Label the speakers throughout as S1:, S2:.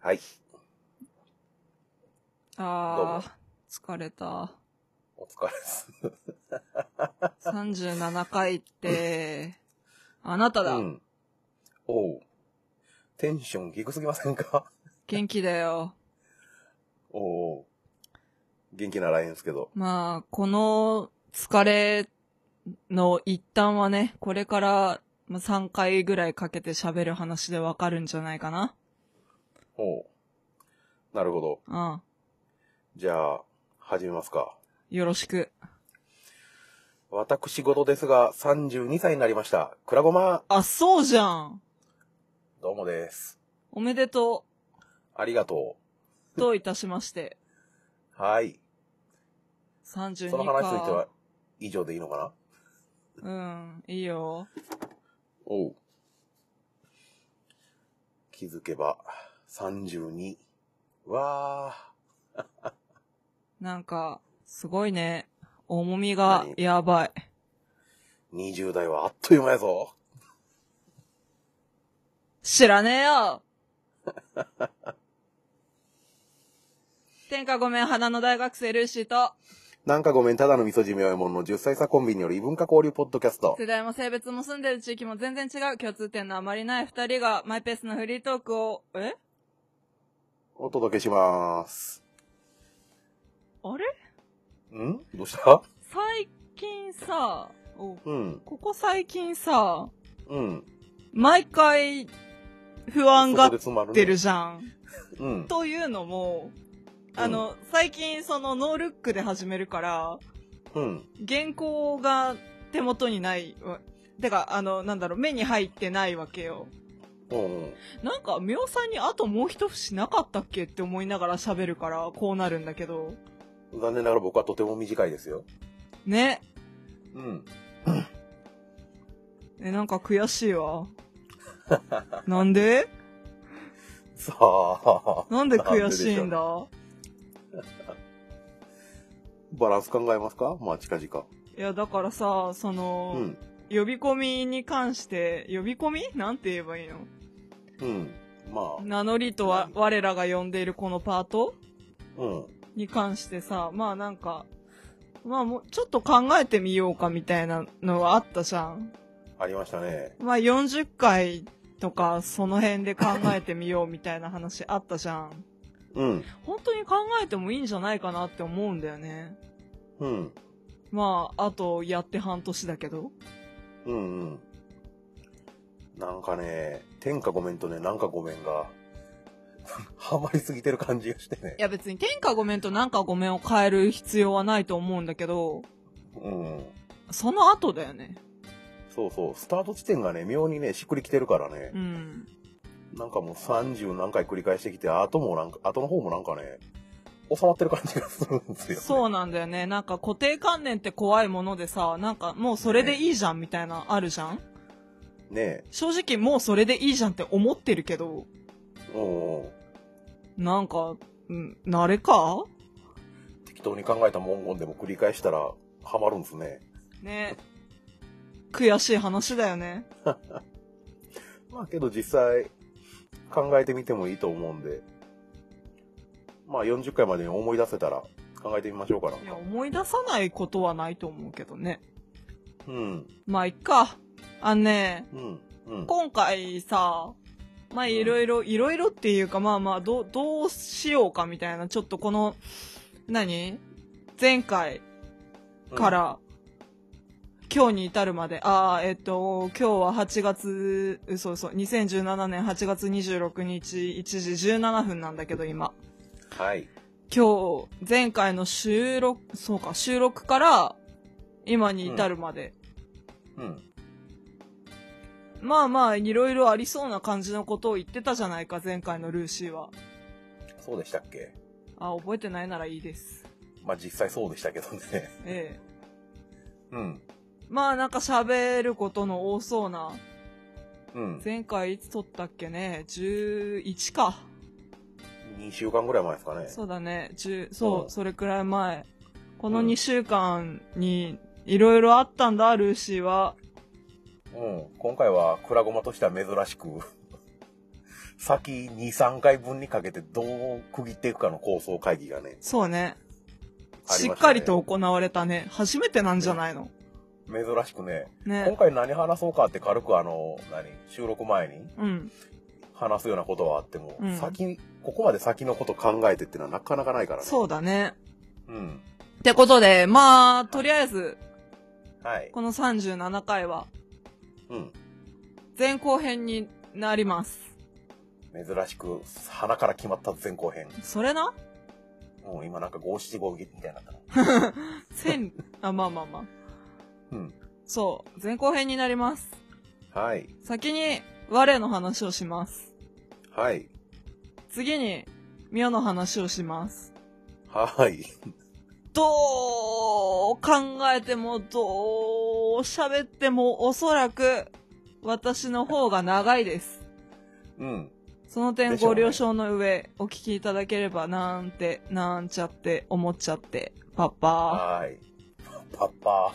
S1: はい。どうも
S2: ああ、疲れた。
S1: お疲れです。
S2: 37回って、あなただ、
S1: うん。おう。テンション低すぎませんか
S2: 元気だよ。
S1: おう。元気ならいいんですけど。
S2: まあ、この疲れの一端はね、これからまあ3回ぐらいかけて喋る話でわかるんじゃないかな。
S1: おう。なるほど。
S2: うん。
S1: じゃあ、始めますか。
S2: よろしく。
S1: 私事ですが、32歳になりました。くらごま。
S2: あ、そうじゃん。
S1: どうもです。
S2: おめでと
S1: ありがと
S2: う。といたしまして。
S1: う。はい。
S2: 32
S1: そ
S2: か。
S1: の話については、以上でいいのかな
S2: うん、いいよ。
S1: おう。気づけば、32。わー。
S2: なんか、すごいね。重みがやばい。
S1: 20代はあっという間やぞ。
S2: 知らねえよ 天下ごめん、花の大学生ルーシーと、
S1: なんかごめん、ただの味噌汁みおいもんの10歳差コンビによる異文化交流ポッドキャスト。
S2: 世代も性別も住んでる地域も全然違う共通点のあまりない二人がマイペースなフリートークを、え
S1: お届けします。
S2: あれ
S1: んどうした
S2: 最近さ、お
S1: うん、
S2: ここ最近さ、
S1: うん。
S2: 毎回不安がっ
S1: そこで詰ま
S2: て
S1: ね
S2: る。じゃん。
S1: うん。
S2: というのも、あの、最近そのノールックで始めるから、
S1: うん。
S2: 原稿が手元にないわてかあのなんだろう目に入ってないわけよ
S1: うん。
S2: なんか妙さんにあともう一節なかったっけって思いながら喋るからこうなるんだけど
S1: 残念ながら僕はとても短いですよ。
S2: ね
S1: うん。
S2: えなんか悔しい わなんで
S1: さあ、
S2: なんで悔しいんだ
S1: バランス考えますかまあ近々。
S2: いやだからさその、
S1: うん。
S2: 呼び込みに関して呼び込みなんて言えばいいの
S1: うん。まあ、
S2: 名乗りとは我らが呼んでいるこのパート
S1: うん。
S2: に関してさまあなんかまあもうちょっと考えてみようかみたいなのはあったじゃん
S1: ありましたね。
S2: まあ40回とかその辺で考えてみようみたいな話あったじゃん
S1: うん。
S2: 本当に考えてもいいんじゃないかなって思うんだよね
S1: うん。
S2: まああとやって半年だけど
S1: うんうん。なんかね、天下ごめんとね、なんかごめんが、 ハマりすぎてる感じがしてね
S2: い。や別に天下ごめんとなんかごめんを変える必要はないと思うんだけど
S1: うん。
S2: その後だよね
S1: そうそう。スタート地点がね、妙にね、しっくりきてるからね
S2: う。ん
S1: なんかもう30何回繰り返してきて、後もなんか、後の方もなんかね、収まってる感じがするんですよ、ね。
S2: そうなんだよね。なんか固定観念って怖いものでさ、なんかもうそれでいいじゃんみたいなあるじゃん
S1: ね
S2: 正直もうそれでいいじゃんって思ってるけど、
S1: え。うんうん。
S2: なんか、うん、慣れか
S1: 適当に考えた文言でも繰り返したら、ハマるんですね。
S2: ね。悔しい話だよね。
S1: まあけど実際考えてみてもいいと思うんで、まあ40回までに思い出せたら考えてみましょうかない
S2: や、思い出さないことはないと思うけどね。
S1: うん、
S2: まあ、いっか。あのね、
S1: うん、うん。
S2: 今回さ、まあいろいろ、いろいろっていうかまあまあどう、どうしようかみたいな、ちょっとこの、何前回、か、ら、今日に至るまで、ああ、えっと、今日は8月、そうそう、2017年8月26日1時17分なんだけど、今。
S1: うん、はい。
S2: 今日、前回の収録、そうか、収録から、今に至るまで。
S1: うん、
S2: まあまあ、いろいろありそうな感じのことを言ってたじゃないか、前回のルーシーは。
S1: そうでしたっけ
S2: あ覚えてないならいいです。
S1: まあ実際そうでしたけどね。
S2: ええ。
S1: うん、
S2: まあなんか喋ることの多そうな。
S1: うん。
S2: 前回いつ撮ったっけね ?11 か。
S1: 2週間ぐらい前ですかね。
S2: そうだね。十そう、
S1: うん
S2: それくらい前。この
S1: うん
S2: 2週間に、いろいろあったんだ、ルーシーは。
S1: うん。今回は、クラゴマとしては珍しく、 先2、3回分にかけてどう区切っていくかの構想会議がね、
S2: そうね。
S1: あり
S2: し
S1: ましたね
S2: っかりと行われたね。初めてなんじゃないの
S1: 珍しくね、今
S2: ね。
S1: 回何話そうかって軽くあの、何、収録前に
S2: うん。
S1: 話すようなことはあっても、
S2: うん
S1: 先、ここまで先のこと考えてっていうのはなかなかないからね。
S2: そうだね。
S1: うん。
S2: ってことで、まあ、とりあえず、
S1: はい。
S2: この37回は
S1: うん。
S2: 前後編になります。
S1: 珍しく、鼻から決まった前後編。
S2: それな
S1: もうん今なんか五七五みたいになったな。
S2: 千、あ、まあまあまあ。
S1: うん。
S2: そう。前後編になります。
S1: はい。
S2: 先に、我の話をします。
S1: はい。
S2: 次に、ミオの話をします。
S1: はい。
S2: どう考えても、どう喋っても、おそらく、私の方が長いです。
S1: うん。
S2: その点
S1: でしょう
S2: ご
S1: ね
S2: 了承の上、お聞きいただければ、なんて、なんちゃって、思っちゃって、パパ。
S1: はい。パパ。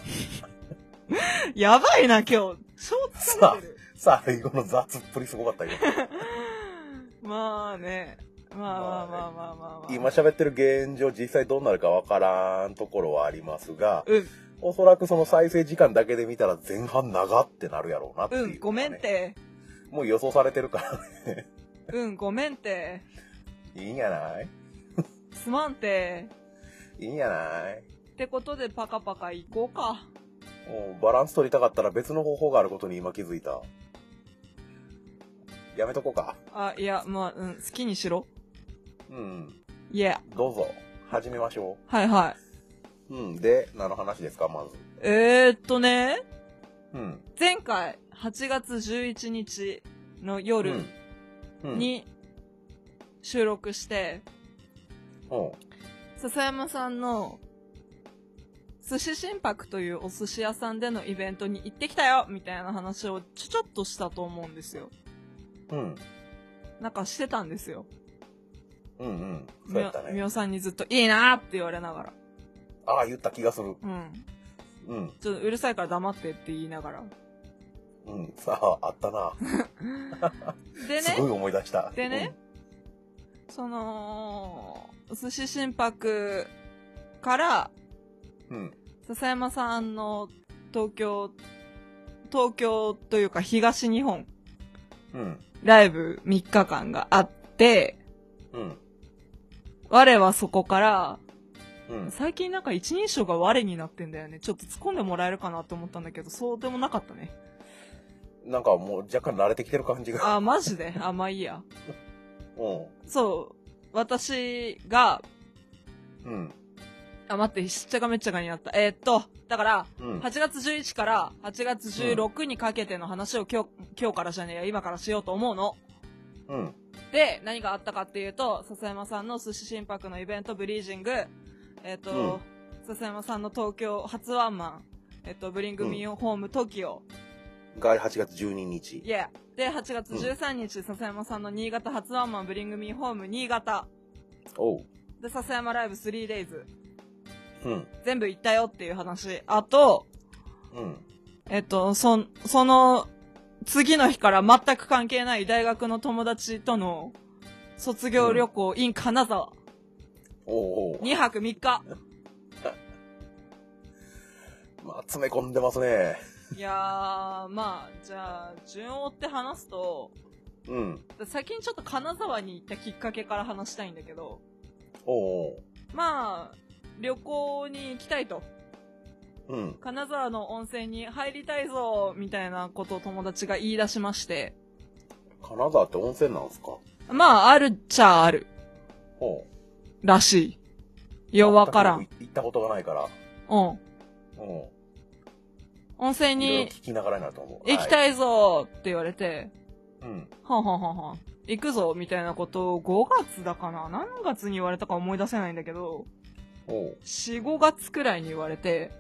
S2: やばいな、今日。超疲れてる。
S1: さあ、最後の雑っぷりすごかったけど。
S2: まあね。まあまあまあまあまあ、まあ。
S1: 今喋ってる現状、実際どうなるかわからんところはありますが、
S2: うん、
S1: おそらくその再生時間だけで見たら前半長ってなるやろうなっていう、
S2: うん、ごめんっ。て。
S1: もう予想されてるからね。
S2: うん、ごめんって。
S1: いいんやない
S2: すまんって。
S1: いいんやない
S2: ってことでパカパカ行こうか。
S1: もうバランス取りたかったら別の方法があることに今気づいた。やめとこうか。
S2: あ、いや、まあ、うん、好きにしろ。
S1: うん。
S2: いや、
S1: どうぞ、始めましょ
S2: はいは
S1: う。うん。で、何の話ですか、まず。
S2: い。えー、っとね、
S1: うん。
S2: 前回、8月11日の夜
S1: うん。うん、
S2: に収録して、
S1: うん。
S2: 笹山さんの、寿司心拍というお寿司屋さんでのイベントに行ってきたよみたいな話をちょちょっとしたと思うんですよ。
S1: うん。
S2: なんかしてたんですよ。
S1: うんうん。そう
S2: み
S1: や
S2: お
S1: ったね
S2: み。おさんにずっと、いいなーって言われながら。
S1: ああ、言った気がする。
S2: うん。
S1: うん。
S2: ちょっとうるさいから黙ってって言いながら。
S1: うん。さあ、あったな。
S2: です
S1: ご
S2: ね、
S1: い思い出した。
S2: でねその、寿司心拍から、
S1: うん。うん。
S2: 笹山さんの東京、東京というか東日本
S1: うん。
S2: ライブ3日間があって、
S1: うん。
S2: 我はそこから、
S1: うん。
S2: 最近なんか一人称が我になってんだよね。ちょっと突っ込んでもらえるかなと思ったんだけど、そうでもなかったね。
S1: なんかもう若干慣れてきてる感じが。
S2: あ、マジであ、まあいいや。
S1: うん。
S2: そう。私が、
S1: うん。
S2: あ、待って、しっちゃかめっちゃかになった。えーっと、だから、
S1: うん。
S2: 8月11から8月16にかけての話を今日、今日からじゃねえや、今からしようと思うの。
S1: うん。
S2: で、何があったかっていうと、笹山さんの寿司心拍のイベント、ブリージング、えーっと、笹山さんの東京初ワンマン、えーっと、ブリングミーホーム TOKIO、
S1: が8月12日。
S2: イェーで、8月13日、笹山さんの新潟初ワンマン、ブリングミーホーム新潟、
S1: おう。
S2: で、笹山ライブ 3days、
S1: うん。
S2: 全部行ったよっていう話。あと、
S1: うん。
S2: えっと、そん、その、次の日から全く関係ない大学の友達との卒業旅行 in 金沢。
S1: おうおう。
S2: 2泊3日。
S1: まあ、詰め込んでますね。
S2: いやー、まあ、じゃあ、順を追って話すと、
S1: うん。
S2: 先にちょっと金沢に行ったきっかけから話したいんだけど、
S1: おうお
S2: まあ、旅行に行きたいと。
S1: う。うん。
S2: 金沢の温泉に入りたいぞ、みたいなことを友達が言い出しまして。
S1: 金沢って温泉なんすか
S2: まあ、あるっちゃある。
S1: おう。
S2: らしい。よ、わから
S1: 全
S2: ん。
S1: く行ったことがないから。
S2: うん。
S1: うん。
S2: 温泉
S1: いろいろ
S2: に
S1: 聞きながらになると思う。
S2: 行き
S1: はい。
S2: たいぞーって言われて、
S1: うん。
S2: はんはんはんはん。行くぞみたいなことを5月だかな何月に言われたか思い出せないんだけど、
S1: おう。
S2: 4、5月くらいに言われて、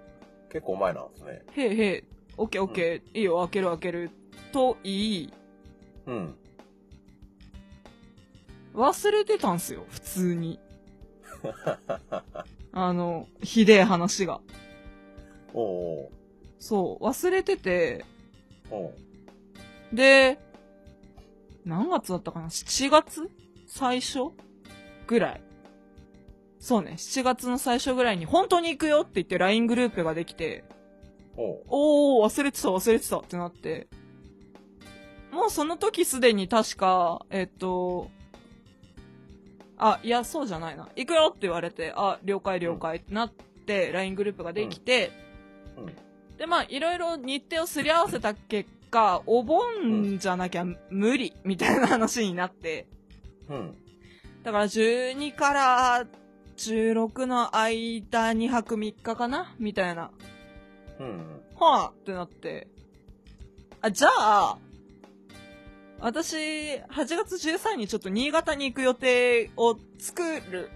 S1: 結構前なんですね。
S2: へいへい、オッケーオッケー、いいよ、開ける開ける、と言い、
S1: うん。
S2: 忘れてたんすよ、普通に。あの、ひでえ話が。
S1: おう
S2: そう、忘れてて、
S1: おう。おう。
S2: で、何月だったかな ?7 月最初ぐらい。そうね、7月の最初ぐらいに、本当に行くよって言って LINE グループができて、
S1: おう
S2: おー、忘れてた、忘れてたってなって。もうその時すでに確か、えっと、あ、いや、そうじゃないな。行くよって言われて、あ、了解了解ってなって、LINE グループができて、
S1: うん
S2: で、まあ、いろいろ日程をすり合わせた結果、お盆じゃなきゃ無理、みたいな話になって、
S1: うん。
S2: だから12から16の間2泊3日かなみたいな。
S1: うん。
S2: はあってなって。あ、じゃあ、私、8月13にちょっと新潟に行く予定を作る、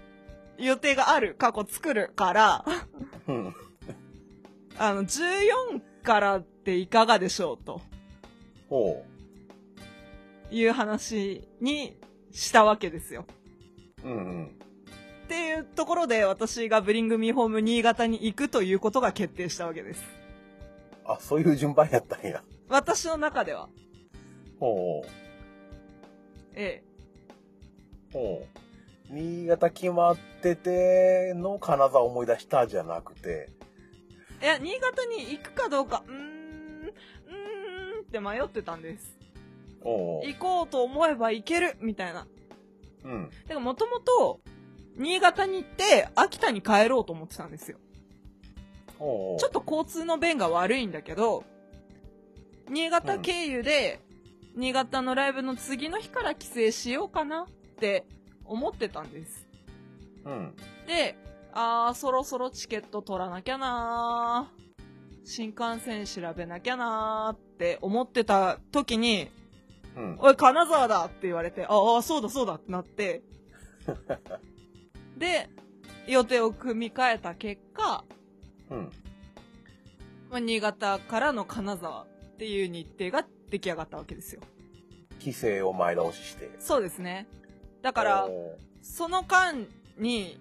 S2: 予定がある、過去作るから、
S1: うん。
S2: あの、14からっていかがでしょうと
S1: おう。
S2: いう話にしたわけですよ。
S1: うんうん。
S2: っていうところで私がブリングミーホーム新潟に行くということが決定したわけです。
S1: あ、そういう順番やったんや。
S2: 私の中では。
S1: おう。
S2: え
S1: おう。新潟決まってての金沢思い出したじゃなくて。
S2: え。いや、新潟に行くかどうか、うーん、うーんって迷ってたんです。
S1: おう。
S2: 行こうと思えば行けるみたいな。
S1: うん。
S2: でももともと、新潟に行って、秋田に帰ろうと思ってたんですよ。
S1: おう。
S2: ちょっと交通の便が悪いんだけど、新潟経由で、新潟のライブの次の日から帰省しようかなって思ってたんです。
S1: うん。
S2: で、あー、そろそろチケット取らなきゃなー。新幹線調べなきゃなーって思ってた時に、
S1: うん。
S2: おい、金沢だって言われて、ああ、そうだそうだってなって。で、予定を組み替えた結果、
S1: うん。
S2: まあ新潟からの金沢っていう日程が出来上がったわけですよ。
S1: 規制を前倒しして。
S2: そうですね。だから、
S1: おう
S2: その間に、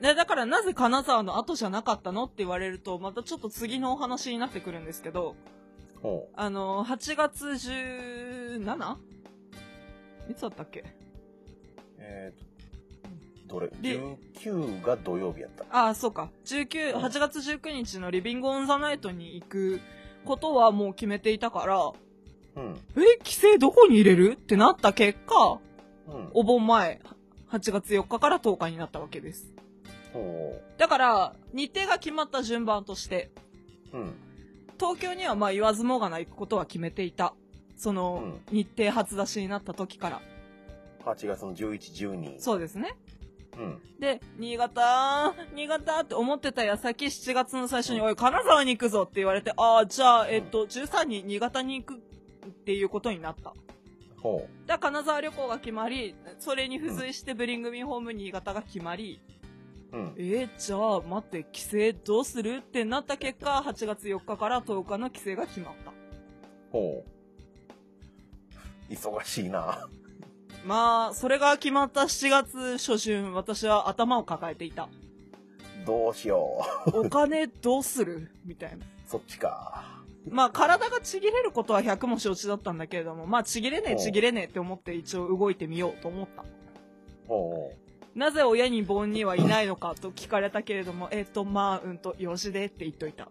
S2: ね、だからなぜ金沢の後じゃなかったのって言われると、またちょっと次のお話になってくるんですけど、
S1: おう。
S2: あの、8月 17? いつだったっけ
S1: えーと、どれ
S2: で
S1: ?19 が土曜日やった。
S2: ああ、そうか。19、8月19日のリビングオンザナイトに行くことはもう決めていたから、
S1: うん。
S2: え、規制どこに入れるってなった結果、
S1: うん。
S2: お盆前、8月4日から10日になったわけです。
S1: おう。
S2: だから、日程が決まった順番として、
S1: うん。
S2: 東京にはまあ言わずもがな行くことは決めていた。その、日程初出しになった時から。
S1: 8月の11、12。
S2: そうですね。
S1: うん。
S2: で、新潟、新潟って思ってた矢先、7月の最初に、おい、金沢に行くぞって言われて、ああ、じゃあ、えっと、13に新潟に行くっていうことになった。
S1: ほう。
S2: だから金沢旅行が決まり、それに付随してブリングミーホーム新潟が決まり、
S1: うん。
S2: えー、じゃあ、待って、帰省どうするってなった結果、8月4日から10日の帰省が決まった。
S1: ほう。忙しいな。
S2: まあ、それが決まった7月初旬、私は頭を抱えていた。
S1: どうしよ
S2: お金どうするみたいな。
S1: う。そっちか。
S2: まあ、体がちぎれることは100も承知だったんだけれども、まあ、ちぎれねえ
S1: おう
S2: ちぎれねえって思って一応動いてみようと思った。
S1: ほ
S2: なぜ親に盆にはいないのかと聞かれたけれども、えっ、と、まあ、うんと、よろしでって言っといた。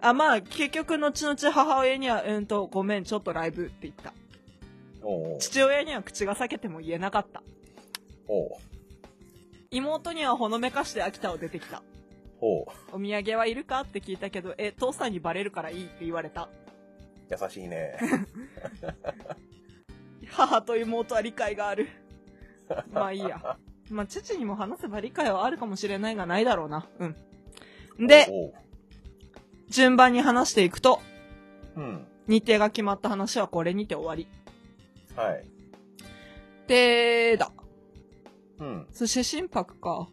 S2: あ、まあ、結局、後々母親には、うんと、ごめん、ちょっとライブって言った。
S1: う。ほう。
S2: 父親には口が裂けても言えなかった。
S1: ほ
S2: 妹にはほのめかして秋田を出てきた。
S1: う。ほ
S2: お土産はいるかって聞いたけど、え、父さんにバレるからいいって言われた。
S1: う。優しいね。
S2: 母と妹は理解があ る。まあいいや。まあ父にも話せば理解はあるかもしれないがないだろうな。うん。 で、
S1: ほ
S2: 順番に話していくと、
S1: う。うん。
S2: 日程が決まった話はこれにて終わり。
S1: はい。
S2: で、だ。
S1: うん。
S2: そして心拍か。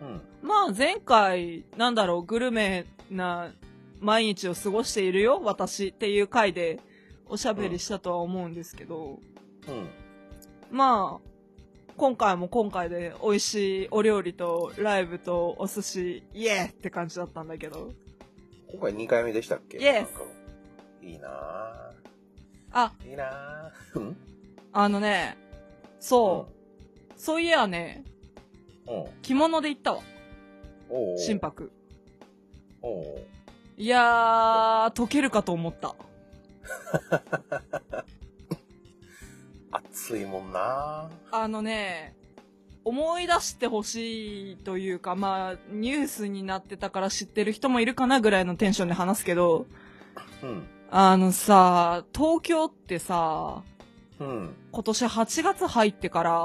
S1: うん。
S2: まあ前回、なんだろう、グルメな毎日を過ごしているよ、私っていう回でおしゃべりしたとは思うんですけど、
S1: うん。
S2: まあ、今回も今回で美味しいお料理とライブとお寿司、イエーって感じだったんだけど、
S1: 今回2回目でしたっけ
S2: Yes
S1: なんかいいなぁ
S2: あ、
S1: いいなぁ。うん
S2: あのね、そう、そういやね、
S1: うん。うん。
S2: 着物で行ったわ、
S1: おうおう。
S2: 心拍。
S1: おうおう。
S2: いやー、溶けるかと思った。
S1: 暑いもんな
S2: あのね、思い出してほしいというか、まあ、ニュースになってたから知ってる人もいるかなぐらいのテンションで話すけど、
S1: ぁ。うん。
S2: あのさ、東京ってさ、
S1: うん。
S2: 今年8月入ってから、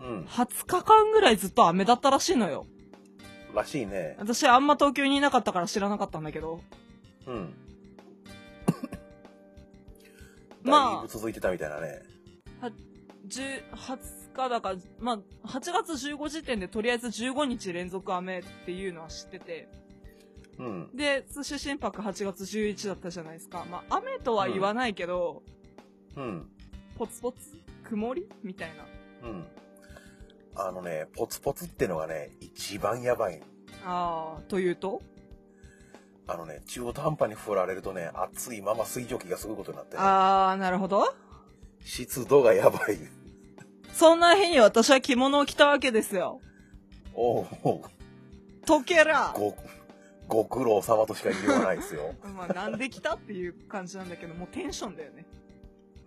S1: うん。
S2: 20日間ぐらいずっと雨だったらしいのよ。
S1: らしいね。
S2: 私あんま東京にいなかったから知らなかったんだけど。
S1: うん。
S2: まあ
S1: だいぶ続いてたみたいなね。
S2: 10 20日だから、まあ、8月15時点でとりあえず15日連続雨っていうのは知ってて。
S1: うん。
S2: で、通信心拍8月11だったじゃないですか。まあ、雨とは言わないけど、
S1: うん。
S2: ポツポツ曇りみたいな。
S1: うん。あのね、ポツポツってのがね、一番やばい。
S2: ああ、というと
S1: あのね、中途半端に振られるとね、暑いまま水蒸気がすごいことになってね、
S2: ああ、なるほど。
S1: 湿度がやばい。
S2: そんな日に私は着物を着たわけですよ。
S1: おうおう
S2: 溶けら
S1: ご、ご苦労様としか言いようがないですよ。
S2: まあ、なんで来たっていう感じなんだけど、もうテンションだよね。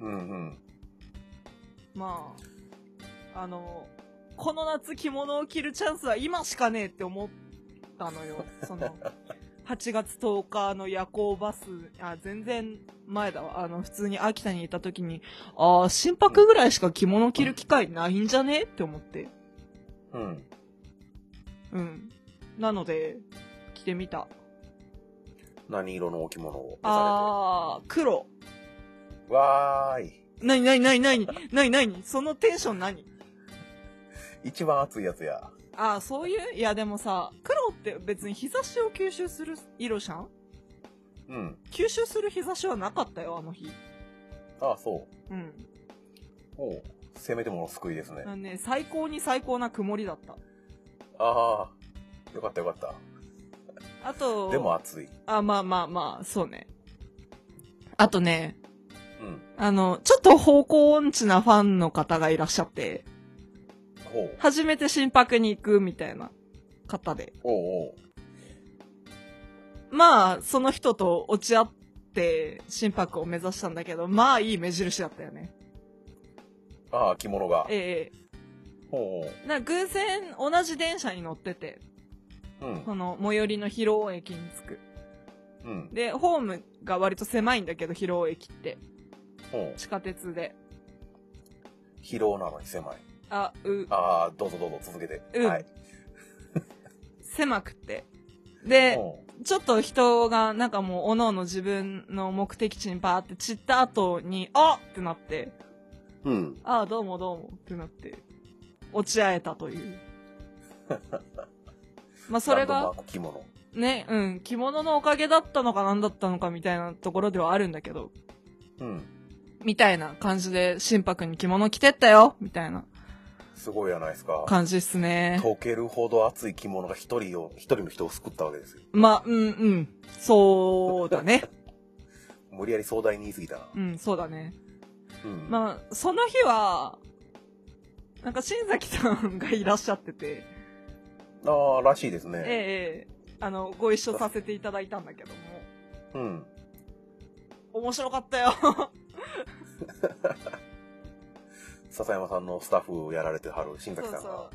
S1: うんうん。
S2: まあ、あの、この夏着物を着るチャンスは今しかねえって思ったのよ。その、8月10日の夜行バス、あ、全然前だわ。あの、普通に秋田にいた時に、ああ、心拍ぐらいしか着物着る機会ないんじゃねって思って。
S1: うん。
S2: うん。なので、着てみた。
S1: 何色の置物を出
S2: ああ、黒。
S1: されて。わーい。
S2: なになになになになになにそのテンション何
S1: 一番暑いやつや。
S2: ああ、そういういやでもさ、黒って別に日差しを吸収する色じゃん
S1: うん。
S2: 吸収する日差しはなかったよ、あの日。
S1: ああ、そう。
S2: うん。
S1: おうせめてもの救いですね。
S2: あのね、最高に最高な曇りだった。
S1: ああ、よかったよかった。
S2: あと、
S1: でも暑い。
S2: あ、まあまあまあ、そうね。あとね、
S1: うん。
S2: あの、ちょっと方向音痴なファンの方がいらっしゃって、
S1: ほう。
S2: 初めて心拍に行くみたいな方で。
S1: おうおう。
S2: まあ、その人と落ち合って心拍を目指したんだけど、まあいい目印だったよね。
S1: ああ、着物が。
S2: え
S1: ほう
S2: えな偶然同じ電車に乗ってて、
S1: おう。うん。
S2: この最寄りの広尾駅に着く。
S1: うん。
S2: で、ホームが割と狭いんだけど、広尾駅って。
S1: ほう。
S2: 地下鉄で。
S1: 疲労なのに狭い。
S2: あ、う、
S1: ああ、どうぞどうぞ続けて。
S2: うん
S1: はい。
S2: 狭くて。で、
S1: ほ
S2: ちょっと人が、なんかもう、おのの自分の目的地にバーって散った後に、あっってなって、
S1: う。うん。
S2: あどうもどうもってなって、落ち合えたと いう。まあ、そ
S1: ラ
S2: れ
S1: ンド
S2: が、
S1: マーク着物。
S2: ね、うん、着物のおかげだったのか何だったのかみたいなところではあるんだけど、
S1: うん。
S2: みたいな感じで、心拍に着物着てったよみたいな
S1: すごいやないですか。
S2: 感じっすね。
S1: 溶けるほど熱い着物が一人を、一人の人を救ったわけですよ。
S2: まあ、うんうん。そうだね。
S1: 無理やり壮大に言い過ぎたな。
S2: うん、そうだね。
S1: うん。
S2: まあ、その日は、なんか新崎さんがいらっしゃってて、
S1: ああ、らしいですね。
S2: ええあの、ご一緒させていただいたんだけども、
S1: うん。
S2: 面白かったよ。
S1: 笹山さんのスタッフをやられてはる新
S2: そう
S1: 崎さんが。
S2: そ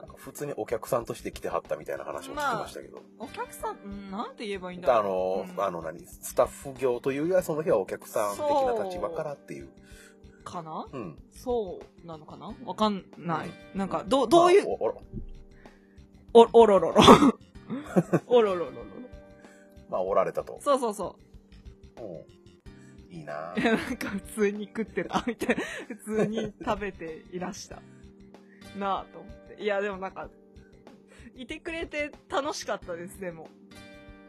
S1: なんか普通にお客さんとして来てはったみたいな話も聞きましたけど、
S2: う。お客さん、うんなんて言えばいいんだ
S1: あ、
S2: ろ
S1: の、
S2: うん
S1: あの何スタッフ業というよりはその日はお客さん的な立場からっていう
S2: うかな
S1: うん
S2: そうなのかなわかんない。なんか、
S1: う
S2: どう、どうい
S1: ま
S2: う、
S1: あおお
S2: お、お ろろろ。おろろろろ。
S1: まあおられたと
S2: そうそうそう。
S1: うんいい なぁ
S2: いやなんか普通に食ってたみたいな普通に食べていらしたなあと思っていやでもなんかいてくれて楽しかったですでも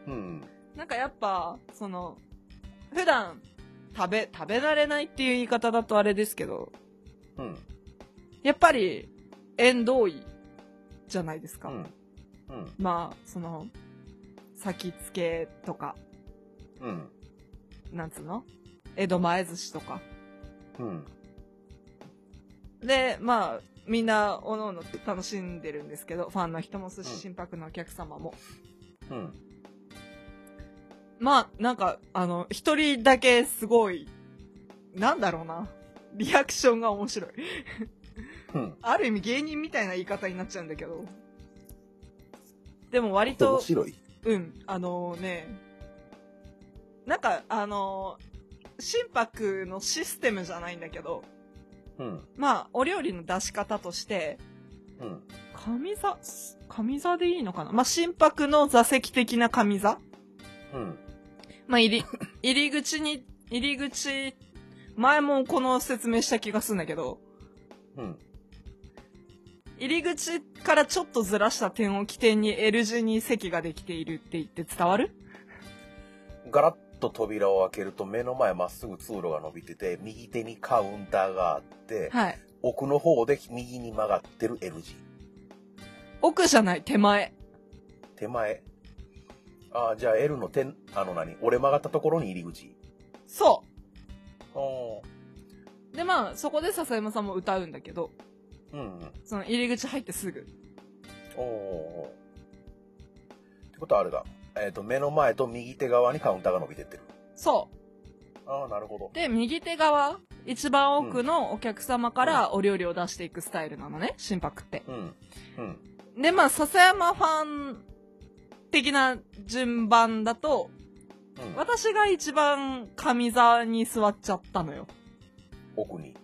S1: うん
S2: なんかやっぱその普段食べ食べられないっていう言い方だとあれですけど
S1: うん
S2: やっぱり縁遠いじゃないです
S1: う
S2: か、
S1: んうん
S2: まあその先付けとか
S1: うん
S2: なんつうの江戸前寿司とか。
S1: うん。
S2: で、まあ、みんな、おのおの楽しんでるんですけど、ファンの人も寿司心拍のお客様も。
S1: うん。
S2: まあ、なんか、あの、一人だけすごい、なんだろうな。リアクションが面白い。
S1: うん。
S2: ある意味芸人みたいな言い方になっちゃうんだけど。でも割
S1: 面
S2: と、
S1: 白い。
S2: うん、あのね、なんか、あの心拍のシステムじゃないんだけど、
S1: うん。
S2: まあ、お料理の出し方として、
S1: うん。
S2: 上座、上座でいいのかなまあ、心拍の座席的な上座
S1: うん。
S2: まあ、入 り、入り口に、入り口、前もこの説明した気がするんだけど、
S1: うん。
S2: 入り口からちょっとずらした点を起点に L 字に席ができているって言って伝わる
S1: ガラッと扉を開けると目の前まっすぐ通路が伸びてて、右手にカウンターがあって、
S2: はい。
S1: 奥の方で右に曲がってる L 字。
S2: 奥じゃない、手前。
S1: 手前。ああ、じゃあ L の点、あの何俺曲がったところに入り口。
S2: そ
S1: お
S2: う。で、まあ、そこで笹山さんも歌うんだけど、
S1: うんうん。
S2: その入り口入ってすぐ。
S1: おおー。ってことはあれだ。えっ、と、目の前と右手側にカウンターが伸びてってる。
S2: そ
S1: ああ、なるほど
S2: う。。で、右手側、一番奥のお客様からお料理を出していくスタイルなのね、心拍って。
S1: うん。うん。
S2: で、まあ、笹山ファン的な順番だと、
S1: うん。
S2: 私が一番上座に座っちゃったのよ。
S1: 奥に。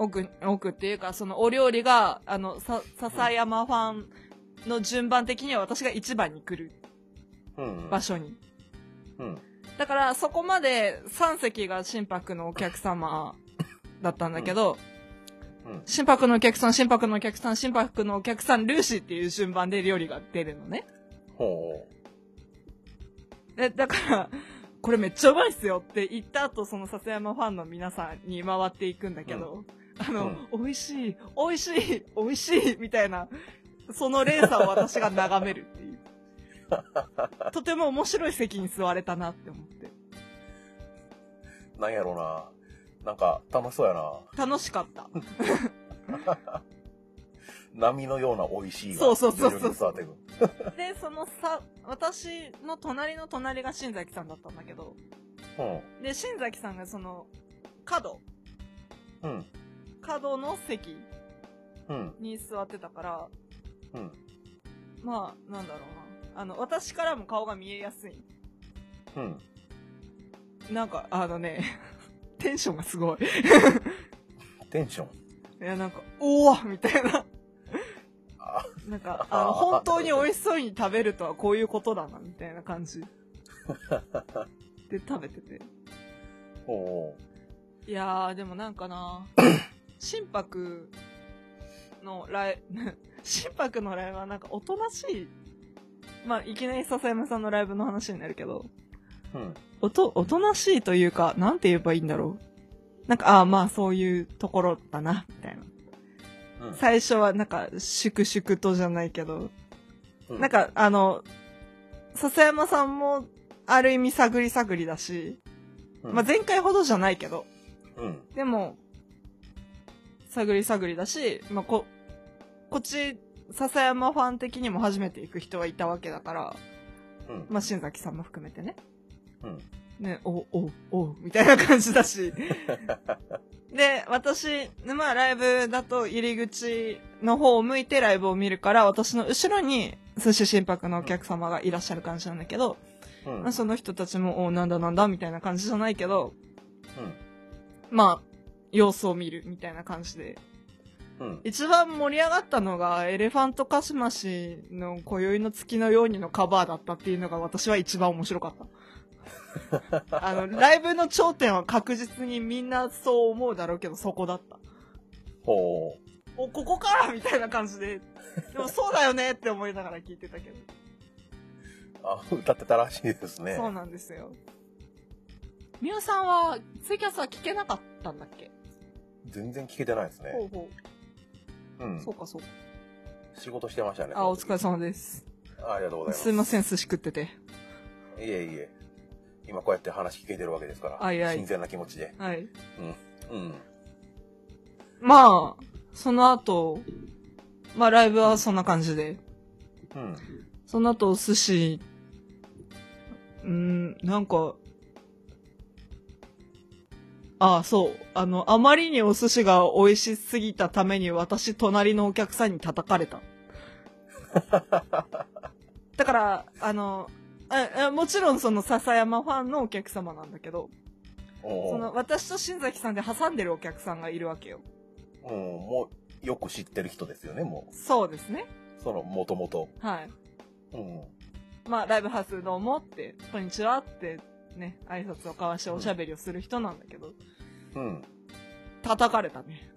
S2: 奥、奥っていうか、そのお料理が、あの、さ、笹山ファンの順番的には私が一番に来る
S1: うん
S2: 場所に。
S1: うん。
S2: だから、そこまで3席が心拍のお客様だったんだけど、
S1: うん。
S2: 心拍のお客さん、心拍のお客さん、心拍のお客さん、ルーシーっていう順番で料理が出るのね。
S1: ほ
S2: で、だから、これめっちゃうまいっすよって言った後、その笹山ファンの皆さんに回っていくんだけど、あの、美味しい、美味しい、美味しい、みたいな、その連鎖を私が眺めるっていう。とても面白い席に座れたなって思って。
S1: う。なんやろうな。なんか、楽しそうやな。
S2: 楽しかった。
S1: 波のような美味しいが
S2: そうそうそうそ
S1: 徐
S2: う
S1: 々に伝わってくる
S2: で、そのさ、私の隣の隣が新崎さんだったんだけど、で、新崎さんがその、角、
S1: うんうん
S2: 角の席
S1: うん
S2: に座ってたから、
S1: うん
S2: まあ、なんだろうな。あの、私からも顔が見えやすい。
S1: うん
S2: なんか、あのね、 テンションがすごい。
S1: テンション
S2: いや、なんか、おおみたいな。
S1: あ
S2: なんか、あの、本当に美味しそうに食べるとはこういうことだな、みたいな感じ。で、食べてて。
S1: おお
S2: いやー、でもなんかな、心拍のライ ブ、心拍のライブはなんかおとなしい。まあ、いきなり笹山さんのライブの話になるけど、
S1: うん
S2: おと、おとなしいというか、なんて言えばいいんだろう。なんか、ああー、まあ、そういうところだな、みたいな。
S1: う
S2: 最初はなんか、粛々とじゃないけど、
S1: ん
S2: なんか、あの、笹山さんも、ある意味探り探りだし、
S1: うん
S2: まあ、前回ほどじゃないけど、
S1: うん
S2: でも、探り探りだし、まあ、こ、こっち、笹山ファン的にも初めて行く人はいたわけだから、
S1: うん
S2: まあ、新崎さんも含めてね。
S1: うん
S2: ね、お、お、お、みたいな感じ だし。で、私、まあ、ライブだと入り口の方を向いてライブを見るから、私の後ろに、寿司心拍のお客様がいらっしゃる感じなんだけど、
S1: うん
S2: まあ、その人たちも、お、なんだなんだ、みたいな感じじゃないけど、
S1: うん
S2: まあ、様子を見るみたいな感じで
S1: うん
S2: 一番盛り上がったのが、エレファントカシマシの今宵の月のようにのカバーだったっていうのが私は一番面白か った。あの、ライブの頂点は確実にみんなそう思うだろうけど、そこだった。
S1: ほ
S2: お、ここからみたいな感じ で。でもそうだよねって思いながら聞いてたけど。
S1: うあ歌ってたらしいですね
S2: そうなんですよ。みゆさんは、ツイキャスは聞けなかったんだっけ
S1: 全然聞けてないですね
S2: ほうほ
S1: う
S2: う。
S1: ん
S2: そうかそうか。
S1: 仕事してましたね
S2: あ、お疲れ
S1: れ
S2: 様です。
S1: ありがとうございます
S2: いません、寿司食ってて。
S1: いえいえ今こうやって話聞けてるわけですから、
S2: はいはい
S1: 新鮮な気持ちで。
S2: はい。
S1: うん。
S2: まあ、その後、まあライブはそんな感じで。
S1: うん。
S2: その後、お寿司、うん、なんか、あそう。あの、あまりにお寿司が美味しすぎたために私、隣のお客さんに叩か れた。だから、あの、ああもちろんその笹山ファンのお客様なんだけど、
S1: おう
S2: その私と新崎さんで挟んでるお客さんがいるわけよ。
S1: うん、もう、よく知ってる人ですよね、も
S2: そうですね。
S1: う。その、もともと。
S2: はい。
S1: うん。
S2: まあ、ライブハウスどうもって、こんにちはって、ね、挨拶を交わしておしゃべりをする人なんだけど、
S1: うん。
S2: 叩かれた ね。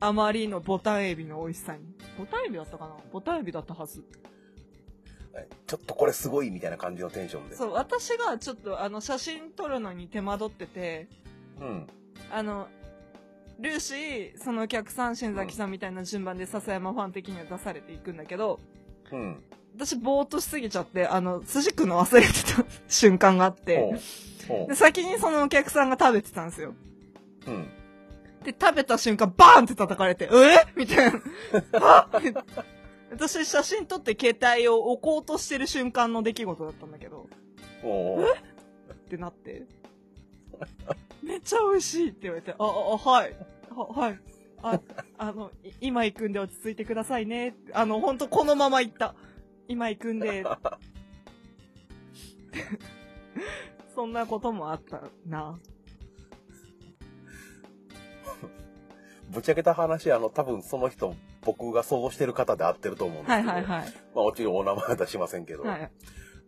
S2: あまりのボタンエビの美味しさに。ボタンエビだったかなボタンエビだったはず。
S1: ちょっとこれすごいみたいな感じのテンションで。
S2: そう、私がちょっとあの写真撮るのに手間取ってて、
S1: うん。
S2: あの、ルーシー、そのお客さん、新崎さんみたいな順番で笹山ファン的には出されていくんだけど、
S1: うん。
S2: 私ぼーっとしすぎちゃって、あの、筋食うの忘れてた瞬間があって、
S1: おうおう
S2: で、先にそのお客さんが食べてたんですよ。
S1: うん。
S2: で、食べた瞬間、バーンって叩かれて、えみたいな。あ私、写真撮って携帯を置こうとしてる瞬間の出来事だったんだけど、
S1: おうおう
S2: ってなって、めっちゃ美味しいって言われて、あ、あ、あはい、は、はい。あ、あの、い今行くんで落ち着いてくださいねって。あの、ほんとこのまま行った。今行くんで。 そんなこともあったな。
S1: ぶっちゃけた話、あの、多分その人、僕が想像してる方で合ってると思うんです
S2: は
S1: け
S2: い
S1: ど。
S2: はい
S1: まあ、
S2: はい。
S1: もちろんお名前は出しませんけど。
S2: はい、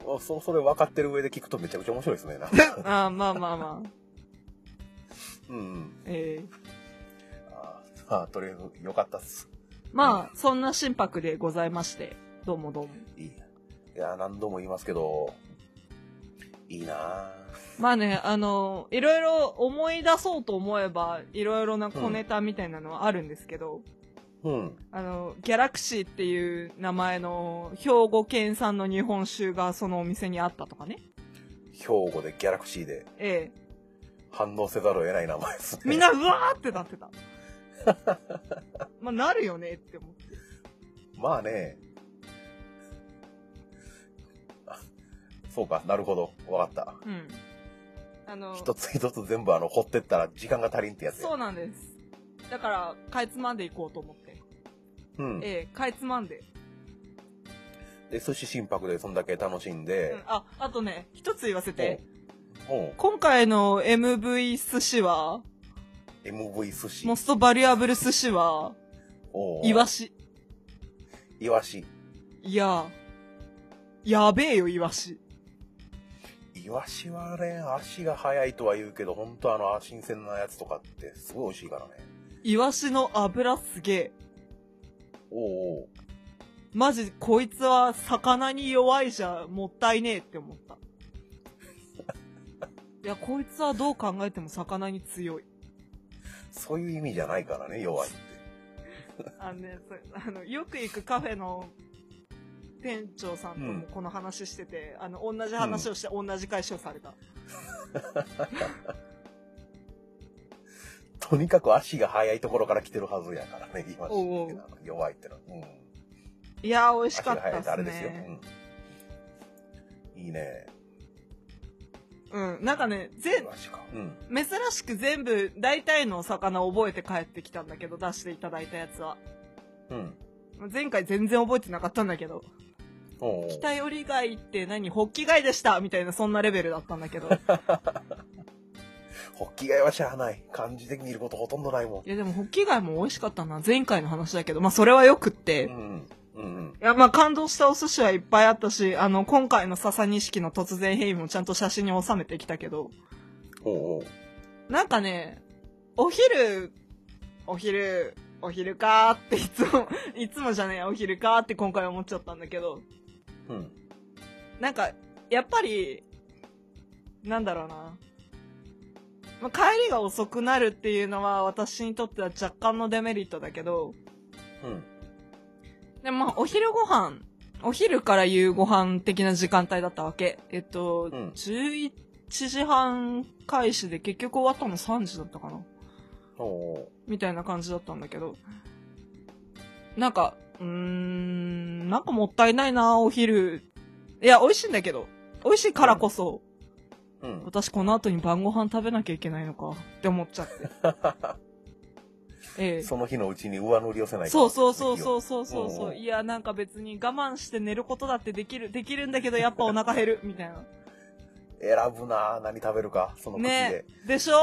S1: まあそそれ分かってる上で聞くとめちゃくちゃ面白いですね。なんか
S2: あまあまあまあ。
S1: うんうん。
S2: えー
S1: あー まあ、とりあえず、よかったっす。
S2: まあ、そんな心拍でございまして、どうもどうも。
S1: いい。いや、何度も言いますけど、いいなあ
S2: まあね、あの、いろいろ思い出そうと思えば、いろいろな小ネタみたいなのはあるんですけど、
S1: うん。
S2: あの、ギャラクシーっていう名前の兵庫県産の日本酒がそのお店にあったとかね。
S1: 兵庫でギャラクシーで
S2: ええ。
S1: 反応せざるを得ない名前ですね。
S2: みんな、うわーってなってた。まあ、なるよねって思って。
S1: まあね。あそうか、なるほど。わかった。
S2: うん。あの、
S1: 一つ一つ全部あの、掘ってったら時間が足りんってやつや
S2: そうなんです。だから、かいつまんでいこうと思って。
S1: うん。で、
S2: ええ、かいつまんで。
S1: 寿司心拍でそんだけ楽しん
S2: う
S1: で
S2: ん、、あ、あとね、一つ言わせて。
S1: おう
S2: 今回の MV 寿司は、
S1: MV 寿司。
S2: モストバリュアブル寿司は、
S1: おう
S2: イワシ。
S1: イワシ。
S2: いや、やべえよ、イワシ。
S1: イワシはね、足が速いとは言うけど、ほんとあの、新鮮なやつとかってすごい美味しいからね。
S2: イワシの油すげえ。
S1: おうおう
S2: マジ、こいつは魚に弱いじゃ、もったいねえって思 った。いや、こいつはどう考えても魚に強い。
S1: そういう意味じゃないからね、弱いって。
S2: あのね、そあの、よく行くカフェの店長さんと
S1: うん
S2: もこの話してて、あの、同じ話をして、同じ返しをされた。
S1: とにかく足が速いところから来てるはずやからね、イワシ
S2: おうお
S1: っ
S2: う
S1: てのは弱いってのは。うん。
S2: いやー、美味し
S1: 足
S2: か
S1: が
S2: った
S1: 速い
S2: で
S1: ってあ
S2: す
S1: れですよ。
S2: ね。
S1: うん。いいね。
S2: うん、なんかね、ぜ
S1: イ、ワシか。うん。
S2: 珍しく全部、大体のお魚を覚えて帰ってきたんだけど、出していただいたやつは。
S1: うん。
S2: 前回全然覚えてなかったんだけど、
S1: おうおう
S2: 北寄り貝って何ホッキ貝でしたみたいな、そんなレベルだったんだけど。
S1: ホッキ貝はしゃあない。感じで見ることほとんどないもん
S2: い。や、でもホッキ貝も美味しかったな。前回の話だけど、まあ、それはよくっ
S1: う
S2: て。
S1: ん。うんうん。
S2: いや、まあ、感動したお寿司はいっぱいあったし、あの、今回の笹錦の突然変異もちゃんと写真に収めてきたけど、
S1: おうおう
S2: なんかね、お昼、お昼、お昼かーっていつも、 いつもじゃねえ、お昼かーって今回思っちゃったんだけど、
S1: うん。
S2: なんか、やっぱり、なんだろうな。まあ、帰りが遅くなるっていうのは私にとっては若干のデメリットだけど、
S1: うん。
S2: でもまあお昼ご飯、お昼から夕ご飯的な時間帯だったわけ。えっと、
S1: うん
S2: 11時半開始で結局終わったの3時だったかな
S1: おー
S2: みたいな感じだったんだけど。なんか、うーん、なんかもったいないな、お昼。いや、美味しいんだけど。美味しいからこそ、
S1: うん。
S2: 私この後に晩ご飯食べなきゃいけないのかって思っちゃ って。ええ。
S1: その日のうちに上塗りをせない
S2: そうそうそうそうそうそう
S1: うん
S2: そううんいやなんか別に我慢して寝ることだってできるできるんだけどやっぱお腹減るみたいな
S1: 選ぶなぁ何食べるかその口で、
S2: ねでしょ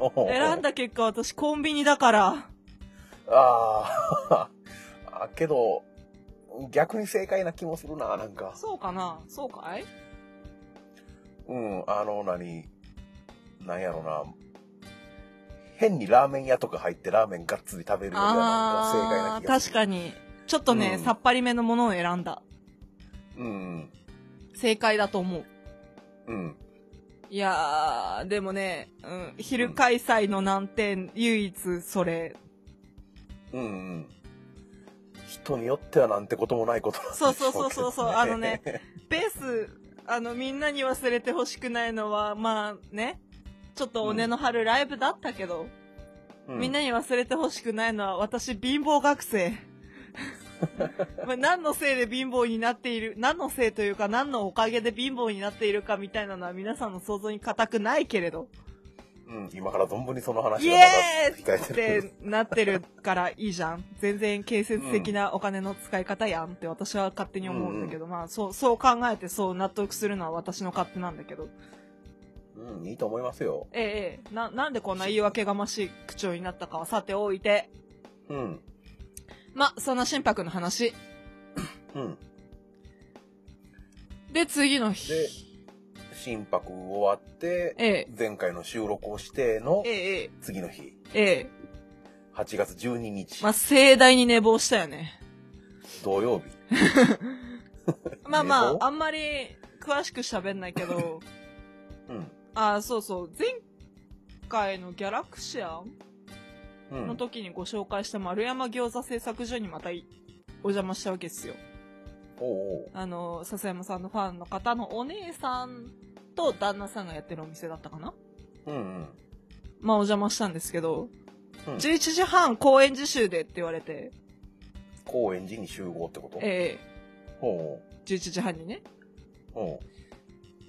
S1: おー
S2: 選んだ結果私コンビニだから
S1: あー あけど逆に正解な気もするななんか
S2: そうかなそうかい
S1: うんあの何なんやろな変にラーメン屋とか入ってラーメンがっつり食べるよりはなんか正解
S2: あ
S1: な気
S2: ー
S1: が
S2: 確
S1: する
S2: かにちょっとね、
S1: うん
S2: さっぱりめのものを選んだ
S1: うん
S2: 正解だと思う
S1: うん
S2: いやーでもね、うん、昼開催の難点唯一それ
S1: うんうん人によってはなんてこともないことなんでしょけど
S2: そうそうそうそうそうあのねベースあのみんなに忘れてほしくないのはまあねちょっとお根の張るライブだったけど、
S1: う
S2: みんなに忘れてほしくないのは私貧乏 学生まあ何のせいで貧乏になっている何のせいというか何のおかげで貧乏になっているかみたいなのは皆さんの想像に固くないけれど
S1: うん、今から存分にその話
S2: イ
S1: が
S2: エー
S1: 控え
S2: イって
S1: る
S2: てなってるからいいじゃん全然建設的なお金の使い方やんって私は勝手に思うんだけど、まあそうそう考えてそう納得するのは私の勝手なんだけど
S1: うん、いいと思いますよ。
S2: ええええななんでこんな言い訳がましい口調になったかはさておいて
S1: うん、
S2: まあそんな心拍の話
S1: うん。
S2: で次の日
S1: で、心拍終わって、
S2: ええ
S1: 前回の収録をしての
S2: えええ
S1: 次の日、
S2: えええ
S1: 8月12日
S2: ま、あ盛大に寝坊したよね
S1: 土曜日。
S2: まあ
S1: 寝
S2: ま
S1: 坊
S2: ああんまり詳しく喋んないけど
S1: うん、
S2: あそうそう前回のギャラクシアン
S1: う
S2: の
S1: ん、
S2: 時にご紹介した丸山餃子製作所にまたいお邪魔したわけですよ
S1: おうおう
S2: あの笹山さんのファンの方のお姉さんと旦那さんがやってるお店だったかな
S1: うん、
S2: まあお邪魔したんですけ
S1: う
S2: ど、
S1: ん
S2: 11時半公演実習でって言われて
S1: 高円寺に集合ってこと
S2: え
S1: おう
S2: え11時半にね
S1: おうおう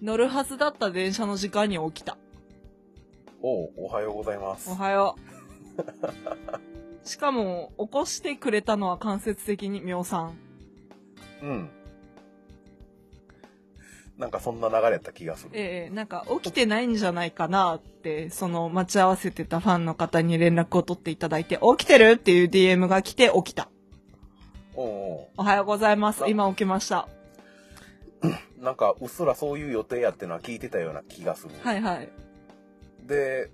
S2: 乗るはずだった電車の時間に起きた
S1: おうおはようございます
S2: お。はよ うしかも起こしてくれたのは間接的に妙さん
S1: うん。なんかそんな流れやった気がする。
S2: ええなんか起きてないんじゃないかなってその待ち合わせてたファンの方に連絡を取っていただいて起きてるっていう DM が来て起きた
S1: おうお
S2: おはようございます
S1: あ
S2: 今起きました
S1: うなんかうっすらそういう予定やってのは聞いてたような気がする。
S2: はいはい
S1: で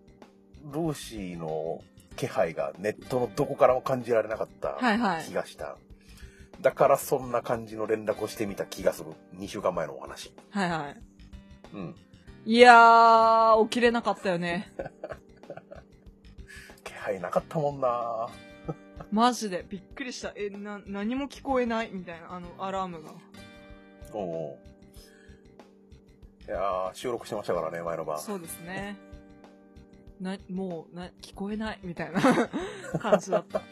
S1: ルーシーの気配がネットのどこからも感じられなかった
S2: はいはい
S1: 気がした、だからそんな感じの連絡をしてみた気がする2週間前のお話
S2: はいはい
S1: うん
S2: いやー起きれなかったよね
S1: 気配なかったもんな
S2: マジでびっくりしたえな何も聞こえないみたいなあのアラームが
S1: おうおういやー収録してましたからね前の晩
S2: そうですね。な、もう、な、聞こえない、みたいな 感じだった。